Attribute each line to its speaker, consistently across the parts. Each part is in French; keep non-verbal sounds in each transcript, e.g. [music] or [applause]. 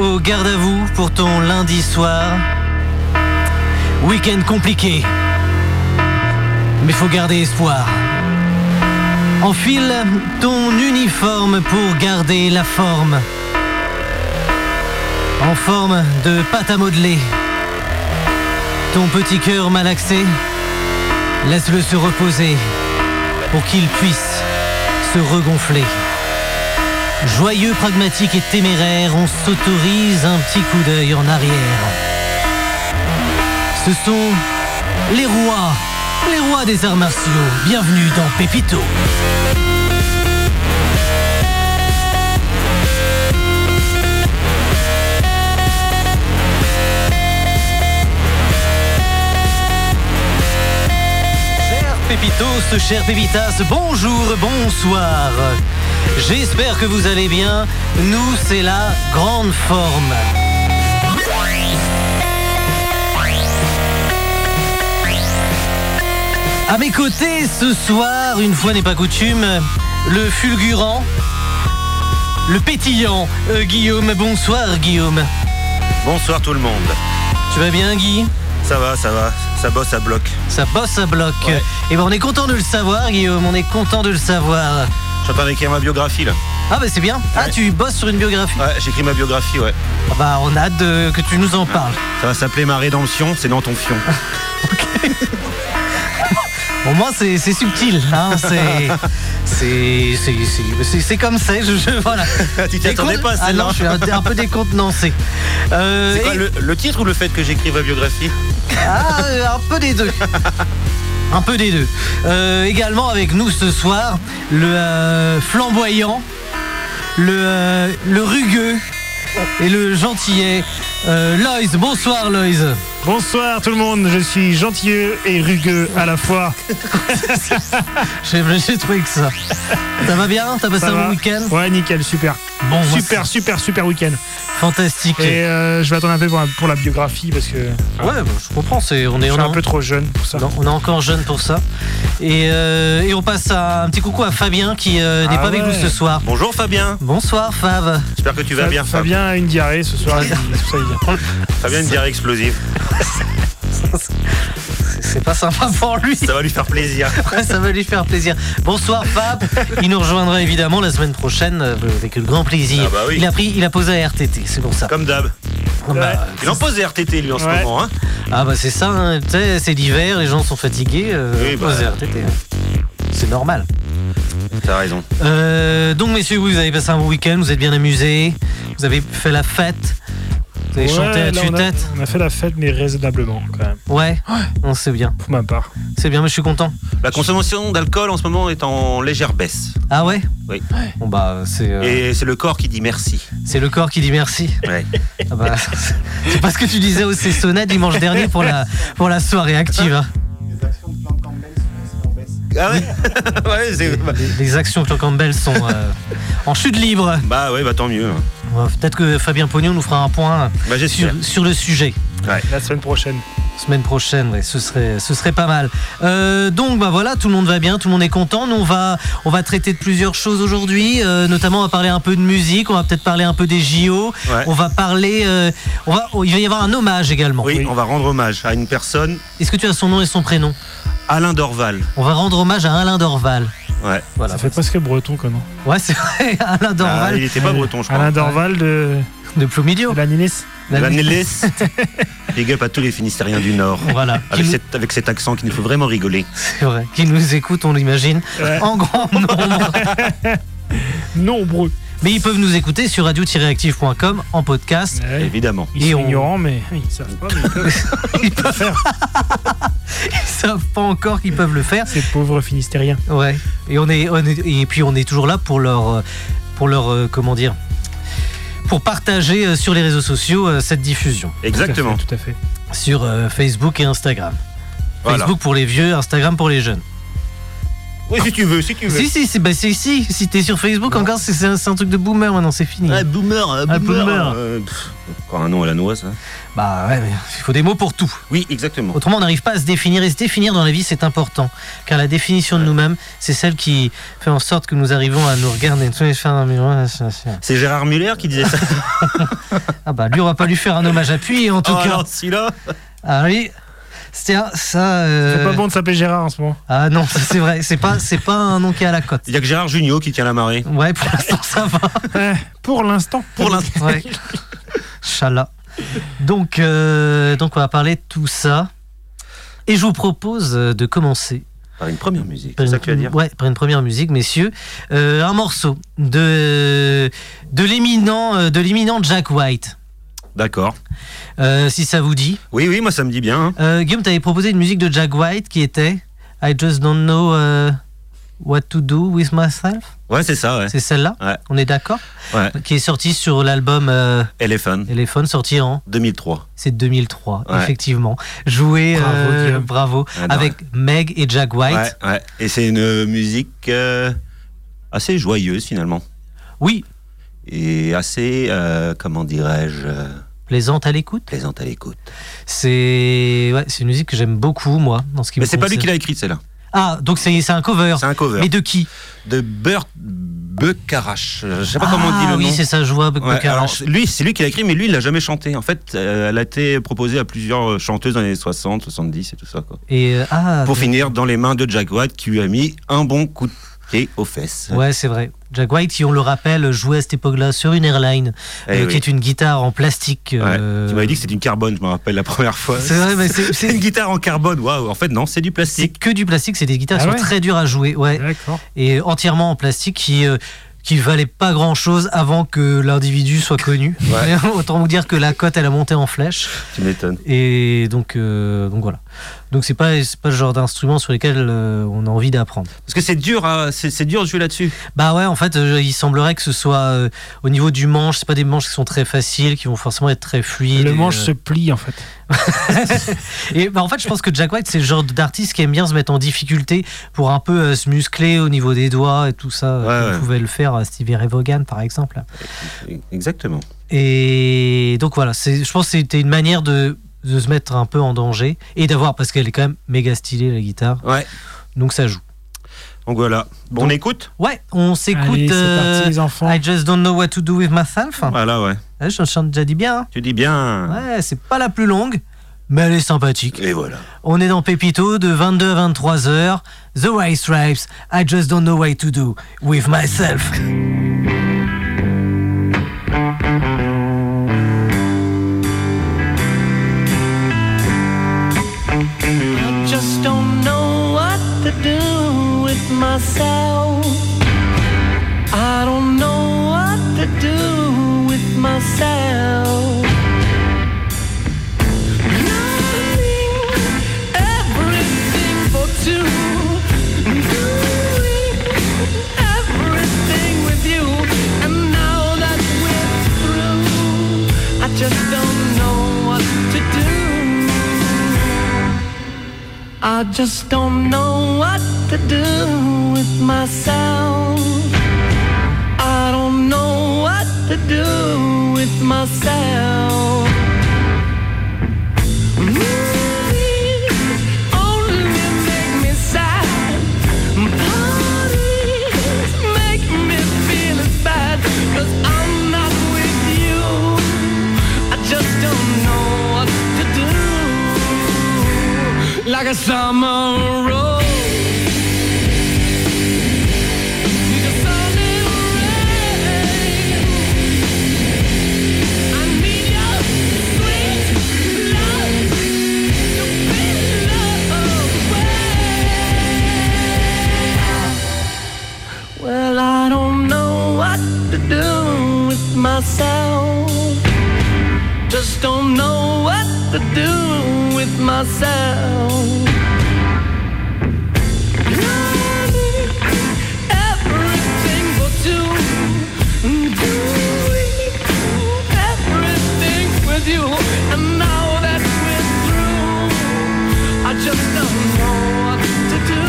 Speaker 1: euh, garde à vous pour ton lundi soir. Week-end compliqué, mais faut garder espoir. Enfile ton uniforme pour garder la forme. En forme de pâte à modeler. Ton petit cœur malaxé, laisse-le se reposer pour qu'il puisse se regonfler. Joyeux, pragmatique et téméraire, on s'autorise un petit coup d'œil en arrière. Ce sont les rois, les rois des arts martiaux. Bienvenue dans Pépito. Cher Pépitos, cher Pépitas, bonjour, bonsoir. J'espère que vous allez bien. Nous, c'est la grande forme. À mes côtés ce soir, une fois n'est pas coutume, le fulgurant, le pétillant euh, Guillaume. Bonsoir Guillaume.
Speaker 2: Bonsoir tout le monde.
Speaker 1: Tu vas bien Guy
Speaker 2: Ça va, ça va. Ça bosse, ça bloque.
Speaker 1: Ça bosse à bloc.
Speaker 2: Ouais.
Speaker 1: Et ben on est content de le savoir Guillaume, on est content de le savoir.
Speaker 2: Je suis en train d'écrire ma biographie là.
Speaker 1: Ah bah c'est bien. Ah
Speaker 2: Ouais.
Speaker 1: tu bosses sur une biographie.
Speaker 2: Ouais, j'écris ma biographie, ouais.
Speaker 1: Ah bah on a hâte de- que tu nous en parles.
Speaker 2: Ça va s'appeler ma rédemption, c'est dans ton fion.
Speaker 1: Au moins, c'est c'est subtil. Hein,
Speaker 2: [laughs]
Speaker 1: c'est- c'est- c'est- c'est- c'est- c'est comme c'est. Je, je- voilà.
Speaker 2: Tu t'y attendais
Speaker 1: Décon-
Speaker 2: pas,
Speaker 1: Ah
Speaker 2: celle-là.
Speaker 1: non, je suis un, un peu décontenancé. Euh,
Speaker 2: C'est quoi
Speaker 1: et-
Speaker 2: le, le titre ou le fait que j'écrive ma biographie
Speaker 1: ah, euh, un peu des deux. Un peu des deux. Euh, également avec nous ce soir, le euh, flamboyant, le, euh, le rugueux et le gentillet. Euh, Loïs, bonsoir Loïs.
Speaker 3: Bonsoir tout le monde, je suis gentilleux et rugueux à la fois.
Speaker 1: J'ai j'ai trouvé que ça. Ça va bien T'as passé
Speaker 3: Ça
Speaker 1: un
Speaker 3: va
Speaker 1: bon week-end Ah,
Speaker 3: Ouais, nickel, super.
Speaker 1: Bon, moi,
Speaker 3: super, super, super week-end.
Speaker 1: c'est Fantastique.
Speaker 3: Et euh, je vais attendre un peu pour la, pour la biographie parce que
Speaker 1: Ouais, bah, je comprends, c'est on est,
Speaker 3: je
Speaker 1: on
Speaker 3: suis
Speaker 1: est
Speaker 3: un
Speaker 1: en-
Speaker 3: peu trop jeune pour ça.
Speaker 1: non, on est encore jeune pour ça. Et, euh, et on passe à un petit coucou à Fabien qui euh, n'est
Speaker 3: Ah
Speaker 1: pas avec
Speaker 3: ouais.
Speaker 1: nous ce soir.
Speaker 2: Bonjour Fabien.
Speaker 1: Bonsoir Fab.
Speaker 2: J'espère que tu vas
Speaker 3: Fa-
Speaker 2: bien. Fab.
Speaker 3: Fabien a une diarrhée ce soir. il- tout ça, il vient.
Speaker 2: Fabien, une diarrhée explosive.
Speaker 1: C'est- C'est pas sympa pour lui.
Speaker 2: Ça va lui
Speaker 1: [laughs]
Speaker 2: faire plaisir.
Speaker 1: Ouais, ça va lui faire plaisir. Bonsoir Fab. Il nous rejoindra évidemment la semaine prochaine euh, avec le grand plaisir.
Speaker 2: Ah bah oui.
Speaker 1: Il a pris, il a posé à RTT, c'est pour ça.
Speaker 2: Comme d'hab. Euh,
Speaker 1: Bah,
Speaker 2: Il en pose des RTT lui en ce
Speaker 3: Ouais.
Speaker 2: moment. Hein.
Speaker 1: ah bah c'est ça, hein, tu sais, c'est l'hiver, les gens sont fatigués. euh,
Speaker 2: Oui,
Speaker 1: on
Speaker 2: bah.
Speaker 1: pose à RTT. hein. C'est normal.
Speaker 2: T'as raison.
Speaker 1: Euh, donc messieurs, vous avez passé un bon week-end, vous êtes bien amusés, vous avez fait la fête, vous avez
Speaker 3: Ouais,
Speaker 1: chanté à
Speaker 3: là, on a-
Speaker 1: tue-tête.
Speaker 3: On, a fait la fête, mais raisonnablement quand même,
Speaker 1: Ouais, on c'est bien,
Speaker 3: pour ma part.
Speaker 1: c'est bien, mais je suis content.
Speaker 2: La consommation d'alcool en ce moment est en légère baisse.
Speaker 1: Ah ouais
Speaker 2: Oui.
Speaker 1: Bon bah c'est euh,
Speaker 2: Et c'est le corps qui dit merci.
Speaker 1: c'est le corps qui dit merci.
Speaker 2: Ouais.
Speaker 1: Ah bah, [laughs] c'est pas ce que tu disais au Cessona dimanche dernier pour la pour la soirée active. hein.
Speaker 4: Les actions de Plan Campbell sont en baisse.
Speaker 2: [laughs] Ah ouais [laughs] Ouais, c'est. bah-
Speaker 1: Les, les actions de Clan Campbell sont euh, en chute libre.
Speaker 2: Bah ouais, bah tant mieux.
Speaker 1: Bon, Peut-être que Fabien Pognon nous fera un point sur,
Speaker 2: Bah j'espère.
Speaker 1: sur le sujet.
Speaker 3: La semaine prochaine.
Speaker 1: Semaine prochaine, ouais, ce serait, ce serait pas mal. Euh, donc bah voilà, tout le monde va bien, tout le monde est content. Nous on va, on va traiter de plusieurs choses aujourd'hui. euh, notamment, on va parler un peu de musique, on va peut-être parler un peu des JO.
Speaker 2: Ouais.
Speaker 1: On va parler, euh, on va, il va y avoir un hommage également.
Speaker 2: Oui, on va rendre hommage à une personne,
Speaker 1: Est-ce que tu as son nom et son prénom
Speaker 2: Alain Dorval.
Speaker 1: On va rendre hommage à Alain Dorval.
Speaker 2: Ouais.
Speaker 1: Voilà.
Speaker 3: Ça fait presque breton comme nom.
Speaker 1: Ouais, c'est vrai, [laughs] Alain
Speaker 2: Ah,
Speaker 1: Dorval
Speaker 2: il était pas breton, je crois.
Speaker 3: Alain Dorval de,
Speaker 1: de
Speaker 3: de
Speaker 1: Plumidio.
Speaker 3: la Ninis.
Speaker 2: La
Speaker 1: [laughs]
Speaker 2: Nélès. Big up à tous les Finistériens du Nord.
Speaker 1: Voilà.
Speaker 2: Avec,
Speaker 1: Qui-
Speaker 2: cet, avec cet accent qu'il nous faut vraiment rigoler.
Speaker 1: C'est vrai. Qui nous écoute, on l'imagine,
Speaker 3: Ouais.
Speaker 1: en grand nombre.
Speaker 3: Nombreux.
Speaker 1: Mais ils peuvent nous écouter sur radio-active.com en podcast.
Speaker 3: Ouais,
Speaker 2: Évidemment.
Speaker 3: Ils sont
Speaker 1: Et on-
Speaker 3: ignorants, mais ils savent pas. mais
Speaker 1: [laughs]
Speaker 3: ils peuvent.
Speaker 1: Ils peuvent... Ils savent pas encore qu'ils peuvent le faire.
Speaker 3: Ces pauvres Finistériens.
Speaker 1: Ouais. Et on est, on est- et puis on est toujours là pour leur, euh, pour leur, euh, comment dire, pour partager euh, sur les réseaux sociaux euh, cette diffusion
Speaker 2: Exactement.
Speaker 3: Tout à fait.
Speaker 1: sur euh, Facebook et Instagram.
Speaker 2: Voilà.
Speaker 1: Facebook pour les vieux, Instagram pour les jeunes.
Speaker 2: Oui, si tu veux, si tu veux.
Speaker 1: Si, si, si, bah, si, si, si t'es sur Facebook encore, c'est- c'est un, c'est un truc de boomer maintenant, c'est fini.
Speaker 2: Ah, boomer, euh,
Speaker 1: Ah,
Speaker 2: boomer.
Speaker 1: boomer.
Speaker 2: euh, pff, encore un nom à la noix, ça.
Speaker 1: Bah ouais, mais il faut des mots pour tout.
Speaker 2: Oui, exactement.
Speaker 1: Autrement, on n'arrive pas à se définir. Et se définir dans la vie, c'est important. Car la définition de nous-mêmes, c'est celle qui fait en sorte que nous arrivons à nous regarder.
Speaker 2: C'est Gérard Muller qui disait ça.
Speaker 1: Ah bah lui, on va pas lui faire un hommage appuyé en [laughs] tout
Speaker 2: Oh,
Speaker 1: cas.
Speaker 2: alors, celui-là.
Speaker 1: Ah oui, c'était un- ça. euh,
Speaker 3: C'est pas bon de s'appeler Gérard en ce moment.
Speaker 1: Ah non, ça, c'est vrai. C'est pas, c'est pas un nom qui est à la cote.
Speaker 2: Il y a que Gérard Junior qui tient la marée.
Speaker 1: Ouais, pour l'instant, ça va.
Speaker 3: Eh, pour l'instant.
Speaker 2: Pour l'instant.
Speaker 1: Ouais. Chala. Donc, euh, donc, on va parler de tout ça. Et je vous propose euh, de commencer
Speaker 2: Par Ah, une première musique,
Speaker 1: par
Speaker 2: c'est
Speaker 1: une,
Speaker 2: ça que tu vas dire.
Speaker 1: ouais, par une première musique, messieurs. Euh, un morceau de, de l'éminent euh, de l'éminent Jack White,
Speaker 2: D'accord.
Speaker 1: Euh, si ça vous dit.
Speaker 2: Oui, oui, moi ça me dit bien. hein.
Speaker 1: Euh, Guillaume, t'avais proposé une musique de Jack White qui était I just don't know euh, what to do with myself.
Speaker 2: Ouais, c'est ça, ouais.
Speaker 1: C'est celle-là
Speaker 2: [laughs] Ouais.
Speaker 1: On est d'accord
Speaker 2: ouais.
Speaker 1: Qui est sortie sur l'album euh,
Speaker 2: Elephant,
Speaker 1: Elephone, sorti en
Speaker 2: 2003.
Speaker 1: c'est 2003,
Speaker 2: Ouais.
Speaker 1: effectivement. Joué,
Speaker 3: Bravo,
Speaker 1: euh,
Speaker 3: Guillaume.
Speaker 1: bravo,
Speaker 2: Ah, non,
Speaker 1: avec Meg et Jack White.
Speaker 2: Ouais, ouais. Et c'est une musique euh, assez joyeuse finalement.
Speaker 1: Oui,
Speaker 2: Et assez, euh, comment dirais-je, euh,
Speaker 1: plaisante à l'écoute.
Speaker 2: plaisante à l'écoute.
Speaker 1: C'est ouais, c'est une musique que j'aime beaucoup, moi, dans ce qui
Speaker 2: Mais
Speaker 1: me
Speaker 2: c'est pas lui
Speaker 1: concerne.
Speaker 2: qui l'a écrite celle-là.
Speaker 1: Ah, donc c'est c'est un cover.
Speaker 2: C'est un cover.
Speaker 1: Mais de qui
Speaker 2: de Burt Bucarache. Je sais pas comment on dit le
Speaker 1: Ah oui,
Speaker 2: nom.
Speaker 1: c'est ça, je vois. Buck
Speaker 2: Ouais,
Speaker 1: Bucarache.
Speaker 2: alors, lui, c'est lui qui l'a écrit, mais lui, il l'a jamais chanté. En fait, euh, elle a été proposée à plusieurs euh, chanteuses dans les années 60, 70 et tout ça. Quoi.
Speaker 1: Et euh, ah,
Speaker 2: Pour finir, dans les mains de Jack White, qui lui a mis un bon coup de pied aux fesses.
Speaker 1: ouais, c'est vrai. Jack White, si on le rappelle, jouait à cette époque-là sur une airline,
Speaker 2: Eh
Speaker 1: euh,
Speaker 2: oui.
Speaker 1: qui est une guitare en plastique.
Speaker 2: Ouais.
Speaker 1: euh,
Speaker 2: Tu m'avais dit que c'était une carbone, je me rappelle la première fois.
Speaker 1: C'est vrai, mais c'est-
Speaker 2: C'est
Speaker 1: c'est
Speaker 2: [laughs] une guitare en carbone, waouh. En fait, non, c'est du
Speaker 1: c'est
Speaker 2: plastique.
Speaker 1: que du plastique. C'est des guitares qui
Speaker 3: Ah
Speaker 1: sont
Speaker 3: ouais
Speaker 1: très dures à jouer. Ouais.
Speaker 3: D'accord.
Speaker 1: et entièrement en plastique qui euh, qui valait pas grand chose avant que l'individu soit connu.
Speaker 2: Ouais.
Speaker 1: [laughs] Autant vous dire que la cote elle a monté en flèche
Speaker 2: Tu m'étonnes.
Speaker 1: et donc euh, donc voilà. Donc c'est pas c'est pas le genre d'instrument sur lesquels euh, on a envie d'apprendre.
Speaker 2: Parce que c'est dur, à- c'est c'est dur de jouer là-dessus.
Speaker 1: Bah ouais en fait euh, il semblerait que ce soit euh, au niveau du manche c'est pas des manches qui sont très faciles qui vont forcément être très fluides.
Speaker 3: Le
Speaker 1: et,
Speaker 3: manche
Speaker 1: euh,
Speaker 3: se plie en fait.
Speaker 1: Et bah, en fait, je pense que Jack White, c'est le genre d'artiste qui aime bien se mettre en difficulté pour un peu euh, se muscler au niveau des doigts et tout ça.
Speaker 2: Ouais,
Speaker 1: comme
Speaker 2: ouais.
Speaker 1: pouvait le faire euh, Stevie Ray Vaughan, par exemple.
Speaker 2: Exactement.
Speaker 1: Et donc voilà, c'est- je pense que c'était une manière de, de se mettre un peu en danger et d'avoir, parce qu'elle est quand même méga stylée la guitare,
Speaker 2: Ouais.
Speaker 1: donc ça joue.
Speaker 2: Donc voilà. Bon, on
Speaker 1: Donc-
Speaker 2: écoute
Speaker 1: Ouais, on
Speaker 3: Allez,
Speaker 1: s'écoute.
Speaker 3: c'est
Speaker 1: euh,
Speaker 3: parti les enfants.
Speaker 1: I just don't know what to do with myself.
Speaker 2: Voilà, ouais.
Speaker 1: Ouais, je chante déjà dit bien.
Speaker 2: Tu dis bien.
Speaker 1: hein. Ouais, c'est pas la plus longue, mais elle est sympathique.
Speaker 2: Et voilà.
Speaker 1: On est dans Pépito de 22 à 23 heures. The White Stripes, I just don't know what to do with myself.
Speaker 5: I just don't know what to do with myself. I don't know what to do with myself. Learning everything for two. Doing everything with you. And now that we're through, I just don't know what to do. I just don't know what to do with myself. I don't know what to do with myself. Movies only make me sad. Parties make me feel as bad. Cause I'm not with you. I just don't know what to do. Like a summer rose. Need a solid rain. I need your sweet love to fill away. Well, I don't know what to do with myself just don't know what to do with myself. Learning everything Mm, for two, doing everything with you, and now that we're through, I just don't know what to do.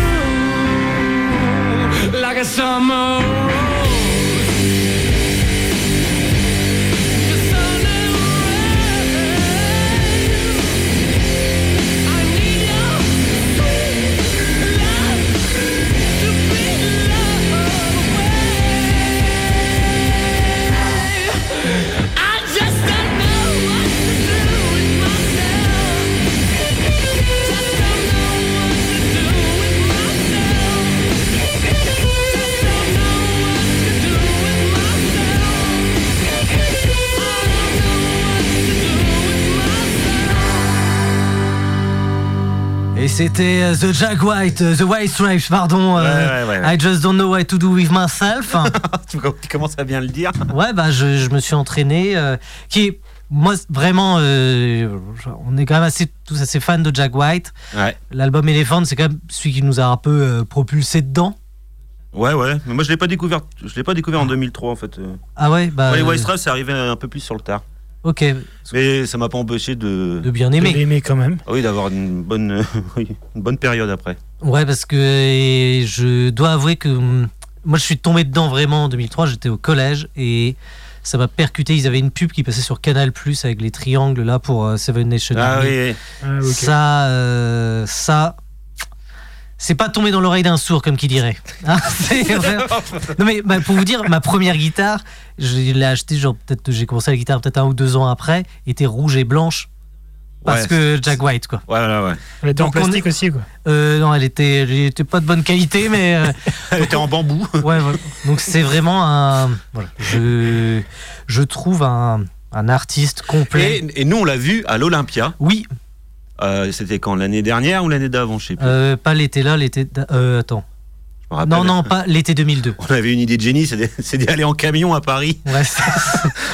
Speaker 5: like a summer rose. The sun and rain. I need your sweet love to be loved away. I just don't know what to do with myself. Just don't know what to do with myself. Just don't know what to do with myself. I don't know what to do with myself.
Speaker 1: Et c'était euh, The Jack White, euh, The White Stripes, pardon. euh,
Speaker 2: Ouais, ouais, ouais, ouais.
Speaker 1: I just don't know what to do with myself.
Speaker 2: [laughs] tu tu commences à bien le dire.
Speaker 1: ouais, bah je, je me suis entraîné. euh, qui est, moi, c'est vraiment, euh, on est quand même assez, tous assez fans de Jack White.
Speaker 2: Ouais,
Speaker 1: L'album Elephant, c'est quand même celui qui nous a un peu euh, propulsé dedans.
Speaker 2: ouais, ouais. Mais moi, je l'ai pas découvert. Je l'ai pas découvert en 2003 en fait. Euh,
Speaker 1: Ah ouais, bah.
Speaker 2: Ah. ouais,
Speaker 1: euh,
Speaker 2: White Stripes, c'est arrivé un peu plus sur le tard.
Speaker 1: ok,
Speaker 2: Mais ça m'a pas empêché de.
Speaker 1: de bien aimer.
Speaker 3: Aimé quand même.
Speaker 2: Ah oui, d'avoir une bonne, euh, [laughs] oui, une bonne période après.
Speaker 1: Ouais, parce que euh, je dois avouer que hum, moi je suis tombé dedans vraiment en 2003, j'étais au collège et ça m'a percuté. Ils avaient une pub qui passait sur Canal Plus avec les triangles là pour euh, Seven Nation
Speaker 2: Ah
Speaker 1: Army.
Speaker 2: oui,
Speaker 3: Ah, ok.
Speaker 1: Ça, euh, ça. C'est pas tombé dans l'oreille d'un sourd, comme qui dirait. Hein, [laughs] c'est vrai. non mais bah, pour vous dire, ma première guitare, je l'ai achetée, genre peut-être j'ai commencé la guitare peut-être un ou deux ans après, était rouge et blanche parce
Speaker 2: Ouais.
Speaker 1: que Jack White quoi.
Speaker 2: voilà, ouais.
Speaker 3: Elle était en
Speaker 1: Donc, on est-
Speaker 3: plastique aussi, quoi.
Speaker 1: Euh, non, elle était, elle était pas de bonne qualité, mais euh,
Speaker 2: Elle était en bambou.
Speaker 1: Ouais, voilà. Donc c'est vraiment un. voilà. Je, je trouve un, un artiste complet.
Speaker 2: Et, et nous, on l'a vu à l'Olympia.
Speaker 1: Oui,
Speaker 2: Euh, C'était quand L'année dernière ou l'année d'avant Je sais plus.
Speaker 1: euh, pas l'été là, l'été. d'a- euh, attends.
Speaker 2: je me rappelle.
Speaker 1: Non, non, pas l'été 2002.
Speaker 2: On avait une idée de génie, c'est de- c'est d'aller en camion à Paris.
Speaker 1: Ouais, c'est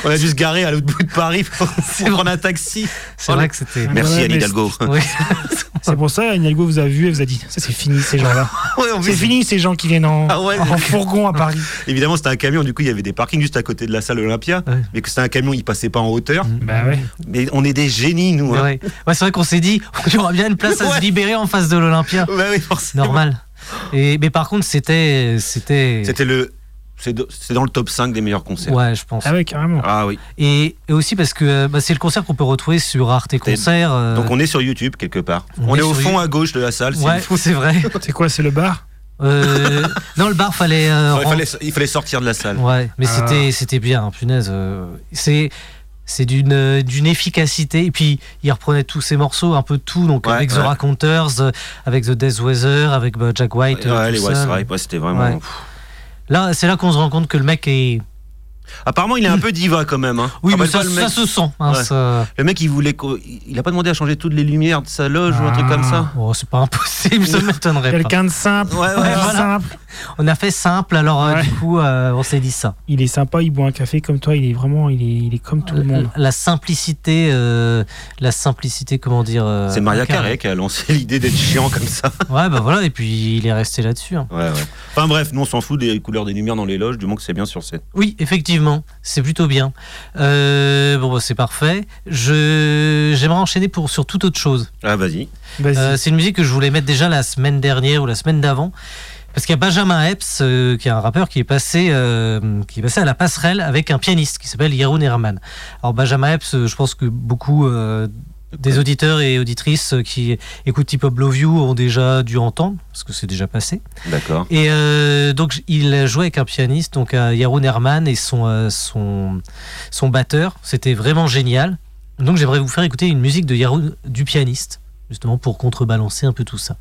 Speaker 2: On a dû se garer à l'autre bout de Paris pour, [laughs] pour prendre un taxi.
Speaker 1: c'est vrai que c'était.
Speaker 2: Merci
Speaker 3: Ouais,
Speaker 2: Anne
Speaker 3: mais
Speaker 2: Hidalgo.
Speaker 1: Ouais.
Speaker 3: C'est pour ça, Hidalgo vous a vu et vous a dit ça c'est fini ces
Speaker 2: [laughs]
Speaker 3: gens-là.
Speaker 2: [laughs] Ouais, en
Speaker 3: C'est
Speaker 2: plus,
Speaker 3: fini ces gens qui viennent en,
Speaker 2: Ah ouais,
Speaker 3: en fourgon
Speaker 2: [laughs]
Speaker 3: à Paris.
Speaker 2: Évidemment, c'était un camion. Du coup, il y avait des parkings juste à côté de la salle Olympia.
Speaker 1: Ouais.
Speaker 2: Mais que c'était un camion, il passait pas en hauteur.
Speaker 3: bah ouais.
Speaker 2: Mais on est des génies, nous.
Speaker 1: Ouais,
Speaker 2: hein.
Speaker 1: ouais. Ouais, c'est vrai qu'on s'est dit, [laughs] il y aura bien une place à
Speaker 2: Ouais.
Speaker 1: se libérer en face de l'Olympia.
Speaker 2: [laughs] Bah oui, forcément.
Speaker 1: Normal. Et, mais par contre, c'était. C'était.
Speaker 2: C'était le. C'est de- c'est dans le top 5 des meilleurs concerts.
Speaker 1: Ouais, je pense.
Speaker 3: Ah ouais, carrément.
Speaker 2: Ah oui.
Speaker 1: Et, et aussi parce que euh, bah, c'est le concert qu'on peut retrouver sur Arte Concert. euh,
Speaker 2: Donc on est sur YouTube quelque part.
Speaker 1: on
Speaker 2: On,
Speaker 1: est
Speaker 2: est au
Speaker 1: sur
Speaker 2: fond
Speaker 1: YouTube.
Speaker 2: à gauche de la salle. c'est
Speaker 1: ouais,
Speaker 2: fou.
Speaker 1: c'est
Speaker 2: [laughs]
Speaker 1: vrai.
Speaker 3: C'est quoi, c'est le bar
Speaker 1: Euh, non, le bar fallait. euh,
Speaker 2: il, fallait, il fallait sortir de la salle.
Speaker 1: Ouais, mais
Speaker 3: Ah.
Speaker 1: c'était c'était bien, hein, punaise. euh, c'est c'est d'une euh, d'une efficacité. Et puis il reprenait tous ses morceaux, un peu tout, donc
Speaker 2: Ouais,
Speaker 1: avec The
Speaker 2: ouais.
Speaker 1: Raconteurs, euh, avec The Death Weather, avec bah, Jack White. euh,
Speaker 2: Ouais,
Speaker 1: tout
Speaker 2: les
Speaker 1: ça.
Speaker 2: White Stripes, ouais, c'était vraiment.
Speaker 1: Ouais. Là, c'est là qu'on se rend compte que le mec est.
Speaker 2: Apparemment, il est un peu diva quand même. hein.
Speaker 1: Oui,
Speaker 2: Ah,
Speaker 1: mais
Speaker 2: bah,
Speaker 1: ça,
Speaker 2: le
Speaker 1: ça
Speaker 2: mec-
Speaker 1: se sent. hein,
Speaker 2: Ouais.
Speaker 1: ça-
Speaker 2: Le mec, il voulait. qu'au- Il a pas demandé à changer toutes les lumières de sa loge ou un truc
Speaker 3: Ah.
Speaker 2: comme ça.
Speaker 1: Oh, c'est pas impossible,
Speaker 2: [laughs]
Speaker 1: ça m'étonnerait pas.
Speaker 3: Quelqu'un de simple.
Speaker 2: Ouais,
Speaker 3: [laughs]
Speaker 2: ouais,
Speaker 3: quelqu'un de
Speaker 1: voilà.
Speaker 3: simple.
Speaker 1: On a fait simple, alors euh,
Speaker 3: Ouais.
Speaker 1: du coup, euh, on s'est dit ça.
Speaker 3: Il est sympa, il boit un café comme toi, il est vraiment, il est, il est comme tout le monde.
Speaker 1: La, la simplicité, euh, la simplicité, comment dire. euh,
Speaker 2: C'est Maria
Speaker 1: incarnée.
Speaker 2: Ah, Carré qui a lancé [laughs] l'idée d'être chiant comme ça.
Speaker 1: Ouais, bah voilà, et puis il est resté là-dessus. hein.
Speaker 2: Ouais, ouais. Enfin bref, nous on s'en fout des couleurs des lumières dans les loges, du moment que c'est bien sur scène.
Speaker 1: Oui, effectivement, c'est plutôt bien. Euh, bon, bah, c'est parfait. Je j'aimerais enchaîner pour sur toute autre chose.
Speaker 2: Ah vas-y.
Speaker 3: Vas-y.
Speaker 1: Euh, c'est une musique que je voulais mettre déjà la semaine dernière ou la semaine d'avant, parce qu'il y a Benjamin Epps, euh, qui est un rappeur qui est passé euh, qui est passé à la passerelle avec un pianiste qui s'appelle Yaron Herman. Alors Benjamin Epps, euh, je pense que beaucoup euh, des auditeurs et auditrices euh, qui écoutent Hip Hop Love You ont déjà dû entendre, parce que c'est déjà passé.
Speaker 2: D'accord.
Speaker 1: Et euh, donc j- il jouait avec un pianiste, donc euh, Yaron Herman et son, euh, son, son batteur. C'était vraiment génial. Donc j'aimerais vous faire écouter une musique de Yaron du pianiste, justement pour contrebalancer un peu tout ça.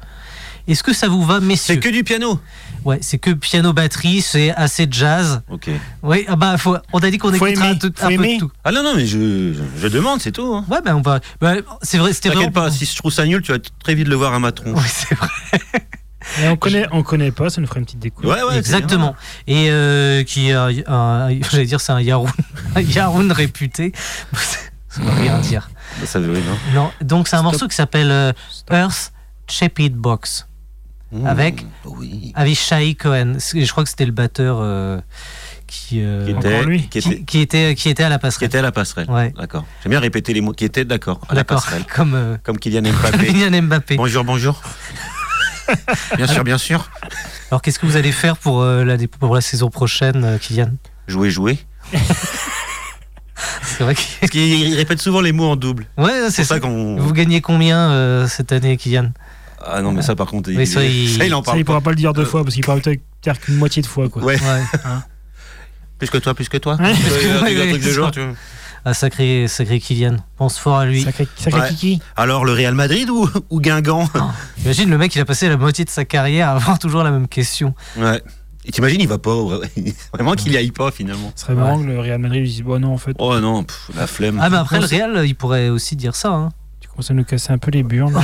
Speaker 1: Est-ce que ça vous va, messieurs
Speaker 2: C'est que du piano.
Speaker 1: Ouais, c'est que piano-batterie, c'est assez jazz.
Speaker 2: Ok.
Speaker 1: Oui, ah bah faut, on a dit qu'on
Speaker 3: Faut
Speaker 1: écoutera
Speaker 3: aimer,
Speaker 1: tout-
Speaker 3: faut
Speaker 1: un peu de
Speaker 3: aimer.
Speaker 1: tout.
Speaker 2: Ah non non mais je, je, je demande, c'est tout. Hein.
Speaker 1: Ouais, bah on va. bah, c'est vrai, c'était vraiment.
Speaker 2: T'inquiète pas, si je trouve ça nul, tu vas t- très vite le voir à ma tronche.
Speaker 1: Ouais, c'est vrai.
Speaker 3: Et on connaît, on connaît pas, ça nous ferait une petite découverte.
Speaker 2: Ouais ouais.
Speaker 1: Exactement. Et euh, qui est un- un- [laughs] j'allais dire c'est un Yaroun, un Yaroun réputé. [laughs] Ça veut rien dire.
Speaker 2: c'est bien. Ça veut oui, non.
Speaker 1: Non, donc c'est un
Speaker 3: Stop.
Speaker 1: morceau qui s'appelle euh, Earth Shaped Box
Speaker 2: Mmh,
Speaker 1: Avec-
Speaker 2: Oui.
Speaker 1: avec Shai Cohen. C'est- Je crois que c'était le batteur euh, qui, euh,
Speaker 2: Qui
Speaker 3: encore
Speaker 2: était,
Speaker 3: lui.
Speaker 2: qui était
Speaker 1: qui- qui était euh, qui était à la
Speaker 2: qui
Speaker 1: passerelle.
Speaker 2: était à la passerelle.
Speaker 1: Ouais.
Speaker 2: D'accord. J'aime bien répéter les mots. Qui était d'accord à la
Speaker 1: D'accord.
Speaker 2: passerelle.
Speaker 1: [laughs] Comme euh,
Speaker 2: [laughs] Comme Kylian Mbappé. [laughs]
Speaker 1: Kylian Mbappé.
Speaker 2: bonjour bonjour. bien sûr bien sûr.
Speaker 1: Alors qu'est-ce que vous allez faire pour, euh, la, pour la saison prochaine, euh, Kylian
Speaker 2: Jouer, jouer.
Speaker 1: C'est vrai que... [laughs]
Speaker 2: Parce qu'il répète souvent les mots en double.
Speaker 1: Ouais,
Speaker 2: C'est
Speaker 1: c'est
Speaker 2: ça
Speaker 1: ça.
Speaker 2: qu'on.
Speaker 1: Vous gagnez combien euh, cette année, Kylian
Speaker 2: Ah non, mais ça, par contre,
Speaker 1: Mais ça, il-
Speaker 2: ça, il en
Speaker 3: Ça,
Speaker 2: parle
Speaker 3: il pourra
Speaker 2: pas.
Speaker 3: pas le dire deux
Speaker 2: Euh,
Speaker 3: fois parce qu'il parle peut-être dire qu'une moitié de fois. Quoi.
Speaker 2: Ouais.
Speaker 1: Ouais.
Speaker 2: [laughs] Plus que toi, plus que toi.
Speaker 3: Ouais.
Speaker 2: Tu vois,
Speaker 1: Plus
Speaker 2: il y
Speaker 1: que moi,
Speaker 2: a un truc- un
Speaker 1: oui,
Speaker 2: truc de
Speaker 1: c'est
Speaker 2: genre,
Speaker 1: ça.
Speaker 2: tu vois.
Speaker 1: Ah, sacré, sacré Kylian. Pense fort à lui.
Speaker 3: Sacré, sacré
Speaker 2: Ouais.
Speaker 3: Kiki.
Speaker 2: Alors, le Real Madrid ou, ou Guingamp
Speaker 1: Imagine le mec, il a passé la moitié de sa carrière à avoir [laughs] toujours la même question.
Speaker 2: Ouais. Et T'imagines, il va pas. au- Vraiment qu'il y aille pas, finalement.
Speaker 3: Ce serait marrant que le Real Madrid lui dise Bon, non, en fait,
Speaker 2: Oh non, pff, la flemme.
Speaker 1: Ah, mais après, le Real, il pourrait aussi dire ça. Hein. [laughs]
Speaker 3: tu commences à nous casser un peu les burnes. [laughs] là.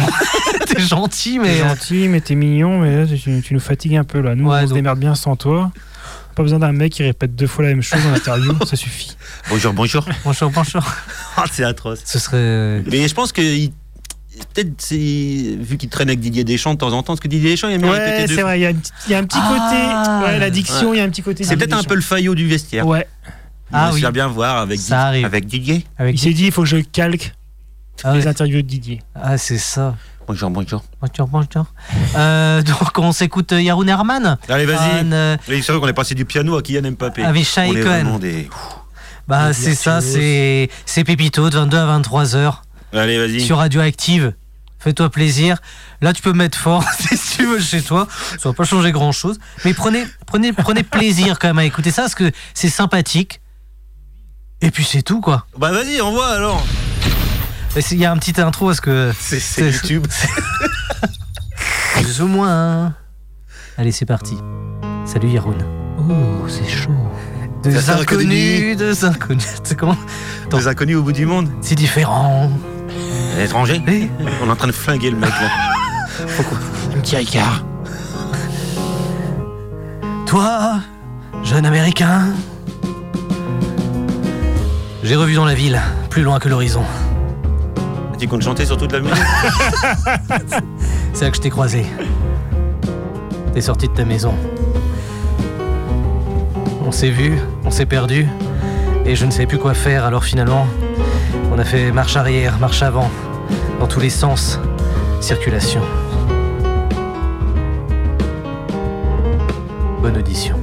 Speaker 1: T'es gentil,
Speaker 3: T'es
Speaker 1: mais.
Speaker 3: gentil, mais euh, t'es mignon, mais là, tu, tu nous fatigues un peu là. Nous,
Speaker 1: Ouais,
Speaker 3: on se
Speaker 1: donc-
Speaker 3: démerde bien sans toi. Pas besoin d'un mec qui répète deux fois la même chose en [laughs] interview, ça suffit.
Speaker 2: Bonjour, bonjour. [laughs]
Speaker 1: Bonjour, bonjour.
Speaker 2: Ah, c'est atroce.
Speaker 1: Ce serait.
Speaker 2: Mais je pense que. il- Peut-être, c'est- vu qu'il traîne avec Didier Deschamps de temps en temps, parce que Didier Deschamps, il aime bien répéter deux
Speaker 3: Ouais, c'est
Speaker 2: fois.
Speaker 3: vrai, il y a, une petite- il y a un petit
Speaker 1: Ah.
Speaker 3: côté. Ouais, l'addiction, il y a un petit côté.
Speaker 2: C'est peut-être un peu le faillot du vestiaire.
Speaker 3: Ouais,
Speaker 1: Ah
Speaker 2: on
Speaker 1: oui.
Speaker 2: se faire bien voir avec,
Speaker 1: Ça
Speaker 2: Did-
Speaker 1: arrive.
Speaker 2: avec Didier.
Speaker 1: Avec...
Speaker 3: il s'est dit il faut que je calque
Speaker 1: Ah,
Speaker 3: les
Speaker 1: ouais.
Speaker 3: interviews de Didier.
Speaker 1: Ah, c'est ça.
Speaker 2: Bonjour, bonjour.
Speaker 1: Bonjour, bonjour. Euh, [laughs] donc, on s'écoute euh, Yaroun Herman.
Speaker 2: Allez, vas-y.
Speaker 1: An, euh,
Speaker 2: Oui, C'est vrai qu'on est passé du piano à Kylian Mbappé.
Speaker 1: avec Shai
Speaker 2: on est
Speaker 1: Cohen.
Speaker 2: vraiment des...
Speaker 1: Bah,
Speaker 3: Les
Speaker 1: c'est ça,
Speaker 3: virtuoses.
Speaker 1: c'est c'est Pépito de 22 à 23h
Speaker 2: Allez, vas-y.
Speaker 1: sur Radioactive. Fais-toi plaisir. Là, tu peux mettre fort [laughs] si tu veux chez toi. Ça va pas changer grand-chose. Mais prenez, prenez, prenez plaisir quand même à écouter ça parce que c'est sympathique. Et puis c'est tout quoi.
Speaker 2: Bah, vas-y, envoie alors.
Speaker 1: Et c'est- Il y a un petit intro parce que
Speaker 2: C'est- C'est
Speaker 1: C'est-
Speaker 2: YouTube.
Speaker 1: plus ou moins. hein. Allez, c'est parti. Salut Yaroun. Oh, c'est chaud. Des
Speaker 2: Ça sert à que des
Speaker 1: inconnus, des inconnus. [laughs] C'est comment Attends.
Speaker 2: Des inconnus au bout du monde.
Speaker 1: C'est différent.
Speaker 2: L'étranger.
Speaker 1: Eh
Speaker 2: On est en train de flinguer le mec [laughs] là.
Speaker 3: Un petit Ricard.
Speaker 1: Toi, jeune américain, j'ai revu dans la ville, plus loin que l'horizon.
Speaker 2: Tu comptes chanter sur toute la musique
Speaker 1: C'est là que je t'ai croisé. T'es sorti de ta maison. On s'est vu, on s'est perdu, et je ne sais plus quoi faire, alors finalement, on a fait marche arrière, marche avant, dans tous les sens, circulation. Bonne audition.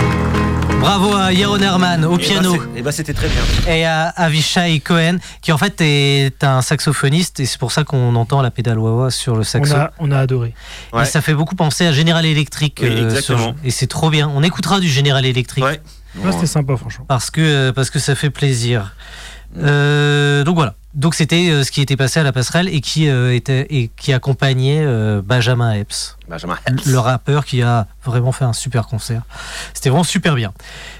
Speaker 1: euh, Yaron Herman au
Speaker 2: Et
Speaker 1: piano.
Speaker 2: ben, c'est- Et bah c'était très bien.
Speaker 1: et à Avishai Cohen, qui en fait est un saxophoniste, et c'est pour ça qu'on entend la pédale wah-wah sur le
Speaker 3: On
Speaker 1: saxo.
Speaker 3: a, on a adoré.
Speaker 2: Ouais.
Speaker 1: Et ça fait beaucoup penser à General Electric.
Speaker 2: Oui,
Speaker 1: euh,
Speaker 2: exactement.
Speaker 1: sur- et c'est trop bien. On écoutera du General Electric
Speaker 2: Ouais.
Speaker 3: Là, c'était sympa, franchement.
Speaker 1: parce, que, euh, parce que ça fait plaisir.
Speaker 2: Ouais.
Speaker 1: Euh, donc voilà. Donc c'était euh, ce qui était passé à la passerelle et qui, euh, était, et qui accompagnait euh, Benjamin Epps,
Speaker 2: Benjamin.
Speaker 1: le rappeur qui a vraiment fait un super concert. C'était vraiment super bien.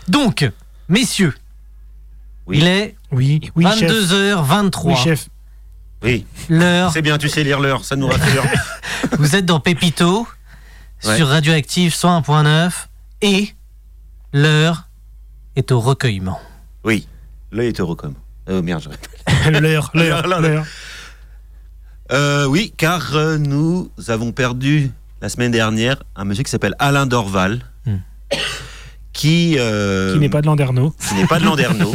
Speaker 1: Donc, messieurs,
Speaker 2: Oui.
Speaker 1: il est
Speaker 3: Oui, oui, chef. Oui,
Speaker 1: 22h23.
Speaker 3: chef. [laughs]
Speaker 2: Oui,
Speaker 1: L'heure,
Speaker 2: c'est bien, tu sais lire l'heure, ça nous rassure.
Speaker 1: vous êtes dans Pépito
Speaker 2: Ouais.
Speaker 1: sur Radioactive 101.9 et l'heure est au recueillement.
Speaker 2: oui, [laughs] l'œil est heureux comme. Euh, merde, j'aurais- [laughs]
Speaker 3: L'heure, l'heure,
Speaker 2: L'heure,
Speaker 3: l'heure.
Speaker 2: Euh, oui, car euh, nous avons perdu la semaine dernière un monsieur qui s'appelle Alain Dorval,
Speaker 1: Hmm.
Speaker 2: qui, euh,
Speaker 3: Qui n'est pas de Landerneau.
Speaker 2: qui n'est pas de
Speaker 3: [laughs]
Speaker 2: Landerneau.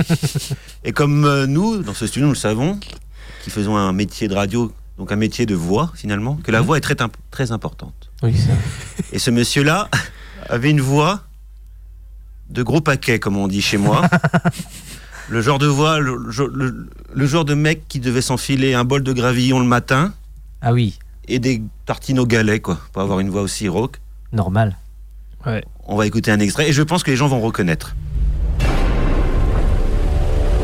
Speaker 2: Et comme euh, nous, dans ce studio, nous le savons, qui faisons un métier de radio, donc un métier de voix finalement,
Speaker 3: Hmm.
Speaker 2: que la voix est très, imp- très importante.
Speaker 1: Oui,
Speaker 2: Et ce monsieur-là [laughs] avait une voix de gros paquet, comme on dit chez
Speaker 3: [laughs]
Speaker 2: moi. Le genre de voix, le, le- le genre de mec qui devait s'enfiler un bol de gravillon le matin
Speaker 1: ah oui,
Speaker 2: et des tartines au galet, quoi, pour avoir une voix aussi rauque.
Speaker 1: normal. [laughs]
Speaker 2: On va écouter un extrait et je pense que les gens vont reconnaître.